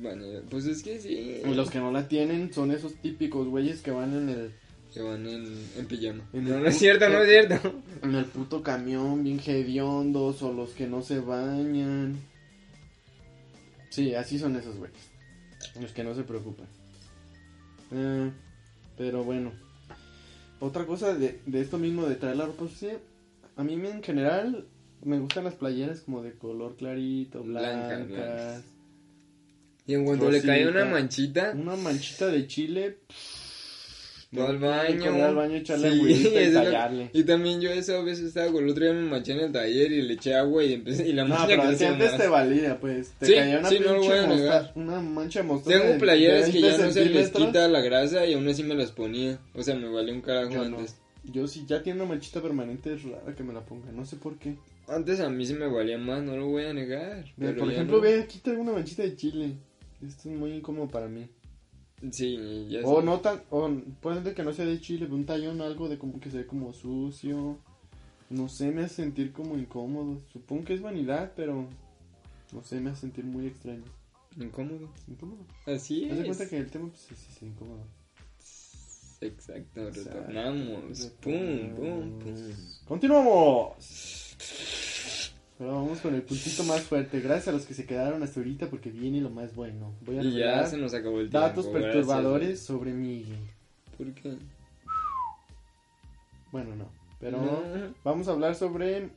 Speaker 2: Bueno, pues es que sí.
Speaker 1: Y los que no la tienen son esos típicos güeyes que van en el,
Speaker 2: Se van en, en pijama.
Speaker 1: En
Speaker 2: No,
Speaker 1: el-
Speaker 2: no es cierto, no es cierto.
Speaker 1: en el puto camión bien hediondos o los que no se bañan. Sí, así son esos güeyes. Los que no se preocupan. Eh, pero bueno. Otra cosa de, de esto mismo de traer la ropa sucia. A mí en general me gustan las playeras como de color clarito,
Speaker 2: Blancas,
Speaker 1: blancas.
Speaker 2: blancas. Y en cuanto le
Speaker 1: Rosita.
Speaker 2: cae una manchita,
Speaker 1: Una manchita de chile.
Speaker 2: va al
Speaker 1: Hay Mm, que
Speaker 2: baño.
Speaker 1: correr al baño, echarle
Speaker 2: Sí,
Speaker 1: agüita y
Speaker 2: eso es lo-
Speaker 1: tallarle.
Speaker 2: Y también yo eso a veces hago. El otro día me manché en el taller y le eché agua y, empecé, y la
Speaker 1: No,
Speaker 2: mancha
Speaker 1: pero si
Speaker 2: creció
Speaker 1: antes
Speaker 2: más.
Speaker 1: te valía, pues. Te
Speaker 2: Sí,
Speaker 1: caía una
Speaker 2: sí,
Speaker 1: pinche
Speaker 2: no lo voy a
Speaker 1: mosta-
Speaker 2: negar.
Speaker 1: Una mancha mostaza.
Speaker 2: Tengo playeras que ya no se
Speaker 1: 20
Speaker 2: les quita la grasa y aún así me las ponía. O sea, me valió un carajo
Speaker 1: Yo no.
Speaker 2: antes.
Speaker 1: Yo si ya tiene una manchita permanente es rara que me la ponga, no sé por qué.
Speaker 2: Antes a mí se me valía más, no lo voy a negar.
Speaker 1: Mira,
Speaker 2: pero
Speaker 1: por
Speaker 2: ya
Speaker 1: ejemplo,
Speaker 2: no.
Speaker 1: ve, aquí traigo una manchita de chile. Esto es muy incómodo para mí.
Speaker 2: Sí, ya
Speaker 1: O
Speaker 2: sé.
Speaker 1: Oh, no tan, o puede ser que no sea de chile, pero un tallón algo de como que se ve como sucio. No sé, me hace sentir como incómodo. Supongo que es vanidad, pero no sé, me hace sentir muy extraño.
Speaker 2: Incómodo.
Speaker 1: Incómodo.
Speaker 2: Así
Speaker 1: Haz de
Speaker 2: es.
Speaker 1: cuenta que el tema pues sí, sí, sí, incómodo.
Speaker 2: Exacto,
Speaker 1: Exacto.
Speaker 2: retornamos. Pues, Pum, pum, pum.
Speaker 1: Continuamos. Ahora vamos con el puntito más fuerte. Gracias a los que se quedaron hasta ahorita porque viene lo más bueno. Voy a
Speaker 2: Y ya
Speaker 1: revelar
Speaker 2: se nos acabó el tiempo.
Speaker 1: datos
Speaker 2: gracias.
Speaker 1: perturbadores sobre Miguel.
Speaker 2: ¿Por qué?
Speaker 1: Bueno, no. Pero
Speaker 2: No.
Speaker 1: vamos a hablar sobre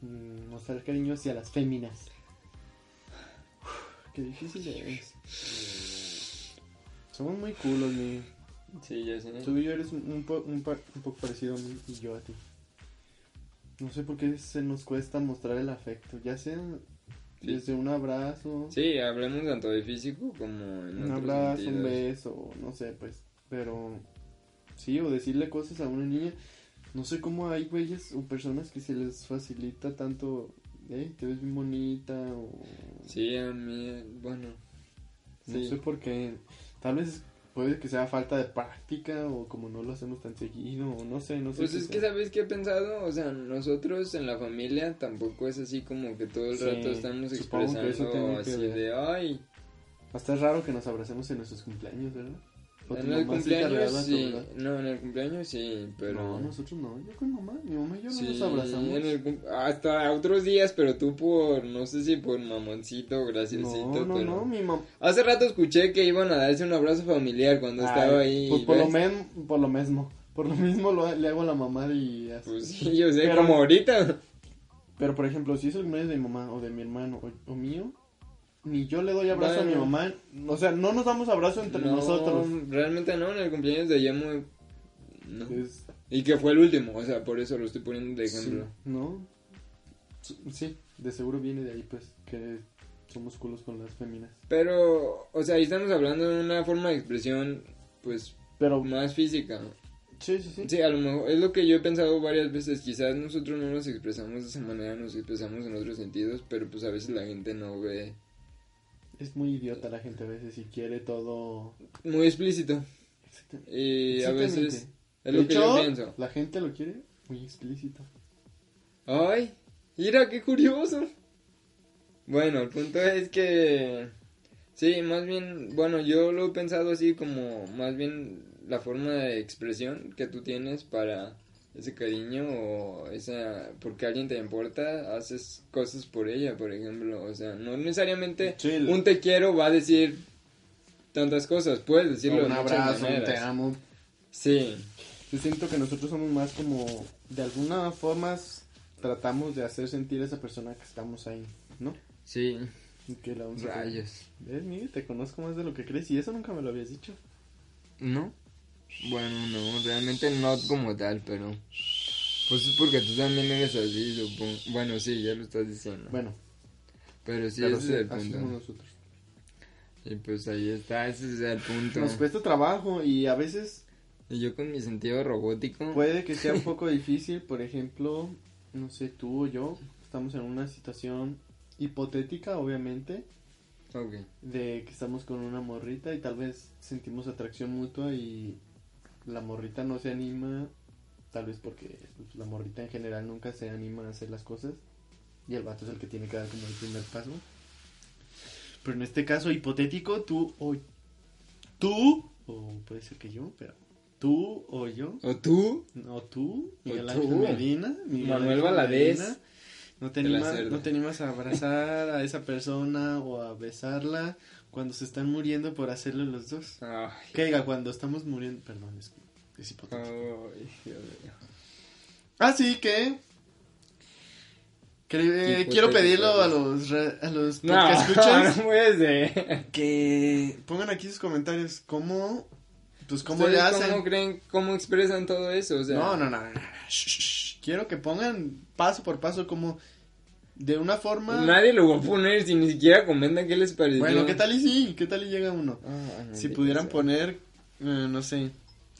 Speaker 1: mm, mostrar cariño hacia las féminas. Uf, Qué difícil es. Somos muy culos, Miguel.
Speaker 2: Sí, ya sé.
Speaker 1: Tú y yo eres un, un po- un pa- un poco parecido a mí y yo a ti. No sé por qué se nos cuesta mostrar el afecto, ya sea
Speaker 2: Sí.
Speaker 1: desde un abrazo,
Speaker 2: Sí, hablemos tanto de físico como en
Speaker 1: un
Speaker 2: otros
Speaker 1: abrazo, un
Speaker 2: sentidos.
Speaker 1: beso, no sé, pues, pero sí, o decirle cosas a una niña. No sé cómo hay güeyes o personas que se les facilita tanto, eh, te ves bien bonita o...
Speaker 2: Sí, a mí, bueno.
Speaker 1: No
Speaker 2: Sí.
Speaker 1: sé por qué, tal vez puede que sea falta de práctica o como no lo hacemos tan seguido o no sé, no sé.
Speaker 2: Pues
Speaker 1: qué
Speaker 2: es
Speaker 1: sea.
Speaker 2: que, ¿sabes qué he pensado? O sea, nosotros en la familia tampoco es así como que todo el
Speaker 1: Sí,
Speaker 2: rato estamos
Speaker 1: supongo que eso
Speaker 2: expresando
Speaker 1: tiene que
Speaker 2: así
Speaker 1: ver.
Speaker 2: de, ay,
Speaker 1: Hasta es raro que nos abracemos en nuestros cumpleaños, ¿verdad? ¿O Pues tu
Speaker 2: En el
Speaker 1: mamá sí te
Speaker 2: cumpleaños
Speaker 1: regalaba
Speaker 2: sí.
Speaker 1: tu abrazo?
Speaker 2: No, en el cumpleaños sí, pero.
Speaker 1: No, nosotros no. Yo con mamá, mi mamá y yo no
Speaker 2: Sí,
Speaker 1: nos abrazamos.
Speaker 2: en el cum- hasta otros días, pero tú por, no sé si por mamoncito, graciasito,
Speaker 1: No, no,
Speaker 2: pero...
Speaker 1: no, mi mamá.
Speaker 2: Hace rato escuché que iban a darse un abrazo familiar cuando estaba ahí.
Speaker 1: Pues por lo,
Speaker 2: ¿ves?
Speaker 1: men- por lo mismo. Por lo mismo lo- le hago a la mamá y así.
Speaker 2: Pues sí, yo sé,
Speaker 1: Pero-
Speaker 2: como ahorita.
Speaker 1: Pero por ejemplo, si es el cumpleaños de mi mamá o de mi hermano o, o mío, ni yo le doy abrazo a mi
Speaker 2: Bueno.
Speaker 1: mamá. O sea, no nos damos abrazo entre
Speaker 2: No,
Speaker 1: nosotros.
Speaker 2: Realmente no, en el cumpleaños de Yemo. No.
Speaker 1: Es-
Speaker 2: Y que fue el último, o sea, por eso lo estoy poniendo de ejemplo.
Speaker 1: sí, ¿No? S- Sí, de seguro viene de ahí, pues, que somos culos con las féminas.
Speaker 2: Pero, o sea, ahí estamos hablando de una forma de expresión, pues,
Speaker 1: Pero,
Speaker 2: más física.
Speaker 1: sí, sí, sí.
Speaker 2: Sí, a lo mejor es lo que yo he pensado varias veces. Quizás nosotros no nos expresamos de esa manera, nos expresamos en otros sentidos, pero pues a veces la gente no ve
Speaker 1: Es muy idiota la gente a veces y quiere todo.
Speaker 2: muy explícito.
Speaker 1: Exactamente.
Speaker 2: Y a
Speaker 1: Exactamente.
Speaker 2: veces
Speaker 1: De
Speaker 2: es lo que
Speaker 1: hecho,
Speaker 2: yo pienso.
Speaker 1: La gente lo quiere muy explícito.
Speaker 2: Ay, mira, qué curioso. Bueno, el punto es que... Sí, más bien, bueno, yo lo he pensado así como más bien la forma de expresión que tú tienes para ese cariño o esa... porque alguien te importa, haces cosas por ella, por ejemplo. O sea, no necesariamente
Speaker 1: Sí,
Speaker 2: un te quiero va a decir tantas cosas, puedes decirlo
Speaker 1: un
Speaker 2: de muchas
Speaker 1: abrazo, un
Speaker 2: maneras.
Speaker 1: te amo.
Speaker 2: Sí,
Speaker 1: Yo siento que nosotros somos más como. De alguna forma s- tratamos de hacer sentir a esa persona que estamos ahí, ¿no?
Speaker 2: sí,
Speaker 1: Y que la vamos a-
Speaker 2: rayos.
Speaker 1: ¿Ves, Miguel? Te conozco más de lo que crees y eso nunca me lo habías dicho.
Speaker 2: No. Bueno, no, realmente no como tal, pero. Pues es porque tú también eres así, supongo. Bueno, sí, ya lo estás diciendo.
Speaker 1: Bueno,
Speaker 2: pero sí,
Speaker 1: pero
Speaker 2: ese
Speaker 1: sí,
Speaker 2: es el
Speaker 1: así somos
Speaker 2: punto.
Speaker 1: nosotros.
Speaker 2: Y pues ahí está, ese es el punto.
Speaker 1: Nos cuesta trabajo y a veces
Speaker 2: Y yo con mi sentido robótico.
Speaker 1: Puede que sea un poco difícil, por ejemplo, no sé, tú o yo estamos en una situación hipotética, obviamente,
Speaker 2: Ok.
Speaker 1: de que estamos con una morrita y tal vez sentimos atracción mutua y la morrita no se anima, tal vez porque pues, la morrita en general nunca se anima a hacer las cosas y el vato es el que tiene que dar como el primer paso. Pero en este caso hipotético, tú o tú, o puede ser que yo, pero tú o yo
Speaker 2: ¿O tú?
Speaker 1: no, tú,
Speaker 2: O
Speaker 1: Miguel
Speaker 2: tú.
Speaker 1: Ángel Medina, Miguel
Speaker 2: Manuel
Speaker 1: Ángel
Speaker 2: Valadez.
Speaker 1: Medina, No te,
Speaker 2: De la
Speaker 1: animas,
Speaker 2: Cerda.
Speaker 1: no te animas a abrazar a esa persona o a besarla cuando se están muriendo por hacerlo los dos.
Speaker 2: Ay,
Speaker 1: Que diga, cuando estamos muriendo. Perdón, es, es hipotético.
Speaker 2: Ah. ay, Dios mío.
Speaker 1: Así que. cre- eh, quiero
Speaker 2: Hipotético.
Speaker 1: pedirlo a los, re- a los
Speaker 2: No,
Speaker 1: que escuchas
Speaker 2: no puede ser.
Speaker 1: que pongan aquí sus comentarios. ¿Cómo? Pues, ¿cómo le
Speaker 2: ¿Ustedes
Speaker 1: hacen?
Speaker 2: ¿Cómo creen, cómo expresan todo eso? O sea,
Speaker 1: No, no, no, no, no. Shh, shh. Quiero que pongan paso por paso como de una forma...
Speaker 2: Nadie lo va a poner si ni siquiera comentan qué les pareció. Ah,
Speaker 1: Bueno, ¿qué tal y sí? ¿Qué tal y llega uno?
Speaker 2: Ay,
Speaker 1: Si
Speaker 2: maldita
Speaker 1: pudieran
Speaker 2: sea.
Speaker 1: poner, eh, no sé,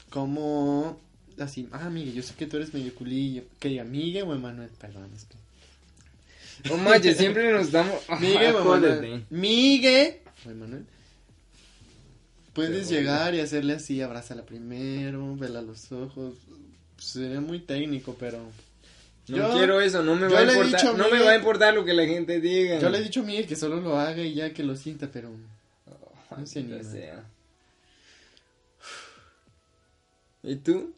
Speaker 1: como... Así, ah, Miguel, yo sé que tú eres medio culillo. Que diga, Miguel o Emanuel, perdón, es que...
Speaker 2: No manches, siempre nos damos.
Speaker 1: Miguel o Emanuel.
Speaker 2: Acuérdate.
Speaker 1: Miguel o Emanuel. Puedes
Speaker 2: Pero,
Speaker 1: llegar y hacerle así, abrázala primero, vela a los ojos. Sería muy técnico, pero...
Speaker 2: No
Speaker 1: Yo-
Speaker 2: quiero eso, no me
Speaker 1: yo
Speaker 2: va a
Speaker 1: le he
Speaker 2: importar.
Speaker 1: dicho a
Speaker 2: no
Speaker 1: Miguel-
Speaker 2: me va a importar lo que la gente diga.
Speaker 1: Yo le he dicho a Miguel que solo lo haga y ya que lo sienta, pero...
Speaker 2: Oh,
Speaker 1: No se
Speaker 2: maldita
Speaker 1: anima.
Speaker 2: sea. ¿Y tú?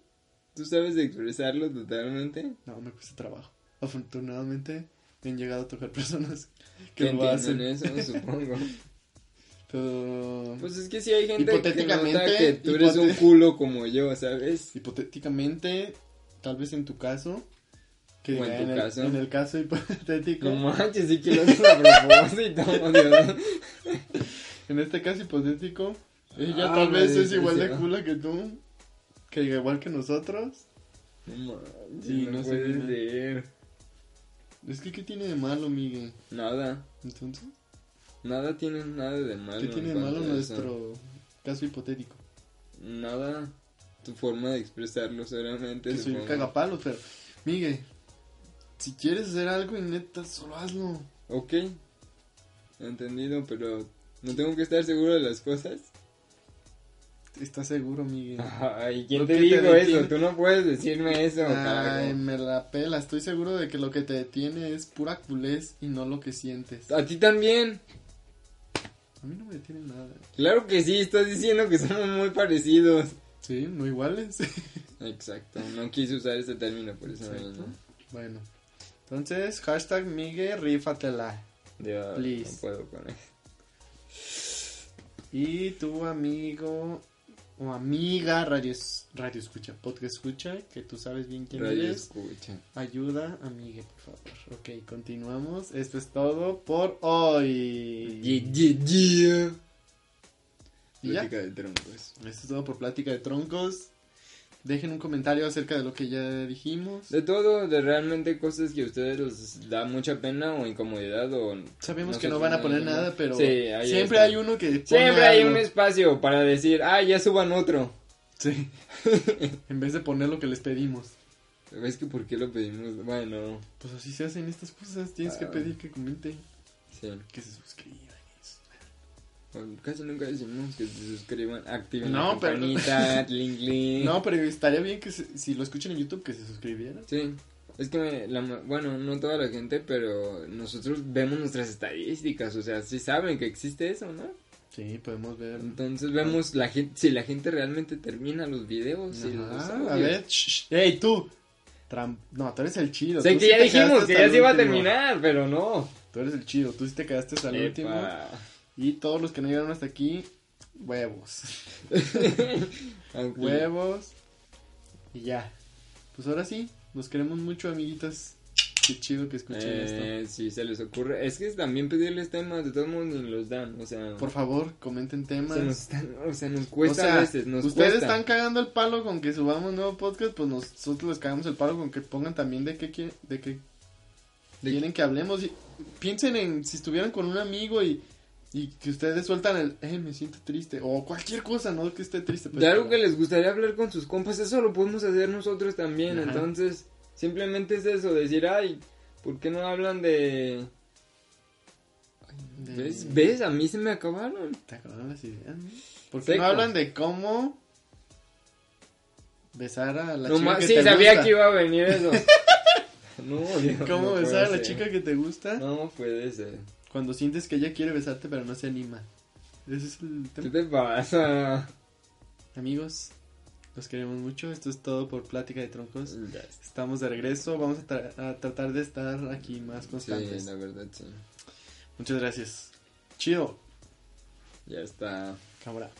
Speaker 2: ¿Tú sabes expresarlo totalmente?
Speaker 1: No, me cuesta trabajo. Afortunadamente me han llegado a tocar personas
Speaker 2: Que
Speaker 1: que lo hacen.
Speaker 2: entienden eso, supongo.
Speaker 1: Pero
Speaker 2: Pues es que si hay gente que nota
Speaker 1: Hipotéticamente,
Speaker 2: que tú eres un
Speaker 1: hipote-
Speaker 2: culo como yo, ¿sabes?
Speaker 1: hipotéticamente, tal vez en tu caso, que
Speaker 2: O en tu
Speaker 1: el,
Speaker 2: caso.
Speaker 1: en el caso hipotético,
Speaker 2: No manches, sí que lo haces a propósito, Dios.
Speaker 1: en este caso hipotético, ella
Speaker 2: Ah,
Speaker 1: tal vez
Speaker 2: madre,
Speaker 1: es igual de
Speaker 2: sí, sí.
Speaker 1: cula que tú, que igual que nosotros.
Speaker 2: No manches,
Speaker 1: Sí,
Speaker 2: no,
Speaker 1: no se
Speaker 2: puedes
Speaker 1: anima.
Speaker 2: leer.
Speaker 1: Es que qué tiene de malo, Miguel.
Speaker 2: Nada.
Speaker 1: Entonces,
Speaker 2: Nada tiene nada de
Speaker 1: ¿qué
Speaker 2: malo.
Speaker 1: tiene de
Speaker 2: en
Speaker 1: malo
Speaker 2: cuanto a eso.
Speaker 1: nuestro caso hipotético?
Speaker 2: Nada. Tu forma de expresarlo solamente.
Speaker 1: Que soy un
Speaker 2: supongo.
Speaker 1: cagapalo, pero Miguel, si quieres hacer algo y neta, solo hazlo.
Speaker 2: Ok. Entendido, pero no tengo que estar seguro de las cosas.
Speaker 1: ¿Estás seguro, Miguel?
Speaker 2: Ah, Ay, ¿quién
Speaker 1: Lo
Speaker 2: te
Speaker 1: que te
Speaker 2: digo eso?
Speaker 1: detiene-
Speaker 2: Tú no puedes decirme eso,
Speaker 1: Ay,
Speaker 2: carajo.
Speaker 1: me la pela. Estoy seguro de que lo
Speaker 2: Ah.
Speaker 1: que te detiene es pura culés y no lo que sientes.
Speaker 2: A ti también.
Speaker 1: A mí no me detiene nada.
Speaker 2: Claro que sí, estás diciendo que somos muy parecidos.
Speaker 1: Sí, no iguales.
Speaker 2: Exacto, no quise usar ese término por eso
Speaker 1: Exacto. Bueno. Entonces, hashtag Migue, rífatela.
Speaker 2: Yo
Speaker 1: Please.
Speaker 2: no puedo con él.
Speaker 1: Y tu amigo o amiga radio, radio escucha, podcast escucha, que tú sabes bien quién
Speaker 2: Radio
Speaker 1: eres.
Speaker 2: escucha.
Speaker 1: Ayuda, amigue, por favor. Ok, continuamos. Esto es todo por hoy.
Speaker 2: Yeah, yeah, yeah.
Speaker 1: ¿Y ya?
Speaker 2: Plática de troncos.
Speaker 1: Esto es todo por Plática de Troncos. Dejen un comentario acerca de lo que ya dijimos.
Speaker 2: De todo, de realmente cosas que a ustedes les da mucha pena o incomodidad o...
Speaker 1: Sabemos que
Speaker 2: sé
Speaker 1: no
Speaker 2: si
Speaker 1: van a poner
Speaker 2: no-
Speaker 1: nada, pero
Speaker 2: Sí, ahí
Speaker 1: siempre
Speaker 2: está.
Speaker 1: hay uno que pone
Speaker 2: Siempre hay
Speaker 1: algo.
Speaker 2: un espacio para decir, ah, ya suban otro.
Speaker 1: Sí. en vez de poner lo que les pedimos.
Speaker 2: ¿Ves que por qué lo pedimos? Bueno,
Speaker 1: Pues así se hacen estas cosas. Tienes que
Speaker 2: Ah.
Speaker 1: pedir que comenten,
Speaker 2: sí.
Speaker 1: que se suscriban.
Speaker 2: Bueno, Casi nunca decimos que se suscriban, activen
Speaker 1: No,
Speaker 2: la
Speaker 1: pero-
Speaker 2: campanita, link, link.
Speaker 1: No, pero estaría bien que se- si lo escuchan en YouTube que se suscribieran.
Speaker 2: Sí, es que, me- la ma- bueno, no toda la gente, pero nosotros vemos nuestras estadísticas, o sea, sí saben que existe eso, ¿no?
Speaker 1: Sí, podemos ver.
Speaker 2: Entonces vemos la gente, si la gente realmente termina los videos. y los
Speaker 1: Ajá,
Speaker 2: audios.
Speaker 1: a ver. shh, shh. ¡Ey, tú! Tram- No, tú eres el chido.
Speaker 2: Sé
Speaker 1: tú
Speaker 2: que
Speaker 1: sí
Speaker 2: ya
Speaker 1: te quedaste
Speaker 2: dijimos
Speaker 1: hasta
Speaker 2: que ya
Speaker 1: el
Speaker 2: se iba a
Speaker 1: último.
Speaker 2: terminar, pero no.
Speaker 1: Tú eres el chido, tú sí te quedaste hasta el último.
Speaker 2: Epa.
Speaker 1: Y todos los que no llegaron hasta aquí, huevos.
Speaker 2: Aunque-
Speaker 1: Huevos. Y ya. Pues ahora sí, nos queremos mucho, amiguitas. Qué chido que escuchen esto.
Speaker 2: Eh, si se les ocurre, es que también pedirles temas, de todos modos ni los dan, o sea,
Speaker 1: Por favor, comenten temas.
Speaker 2: se nos, están- o sea, nos cuesta
Speaker 1: o sea,
Speaker 2: a veces, nos
Speaker 1: ustedes
Speaker 2: cuesta.
Speaker 1: están cagando el palo con que subamos nuevo podcast, pues nosotros les cagamos el palo con que pongan también de qué quie- de qué
Speaker 2: De-
Speaker 1: quieren que hablemos. Y- piensen en si estuvieran con un amigo y, y que ustedes sueltan el, eh, me siento triste, o cualquier cosa, no que esté triste. pues,
Speaker 2: De algo
Speaker 1: pero-
Speaker 2: que les gustaría hablar con sus compas, eso lo podemos hacer nosotros también.
Speaker 1: Ajá.
Speaker 2: Entonces, simplemente es eso, decir, ay, ¿por qué no hablan de...
Speaker 1: de-
Speaker 2: ¿Ves? ¿Ves? A mí se me acabaron.
Speaker 1: Te acabaron las ideas, ¿no? Porque
Speaker 2: Seco.
Speaker 1: no hablan de cómo besar a la
Speaker 2: No
Speaker 1: chica
Speaker 2: más-
Speaker 1: que
Speaker 2: sí,
Speaker 1: te
Speaker 2: sabía
Speaker 1: gusta.
Speaker 2: que iba a venir eso. no, Dios,
Speaker 1: ¿Cómo
Speaker 2: no
Speaker 1: besar a la
Speaker 2: puede ser.
Speaker 1: chica que te gusta?
Speaker 2: No puede ser.
Speaker 1: Cuando sientes que ella quiere besarte pero no se anima. Ese es el
Speaker 2: ¿Qué
Speaker 1: tema.
Speaker 2: te pasa?
Speaker 1: Amigos, los queremos mucho. Esto es todo por Plática de Troncos. Estamos de regreso. Vamos a, tra- a tratar de estar aquí más
Speaker 2: Sí,
Speaker 1: constantes.
Speaker 2: la verdad, sí.
Speaker 1: Muchas gracias. Chido.
Speaker 2: Ya está.
Speaker 1: Cámara.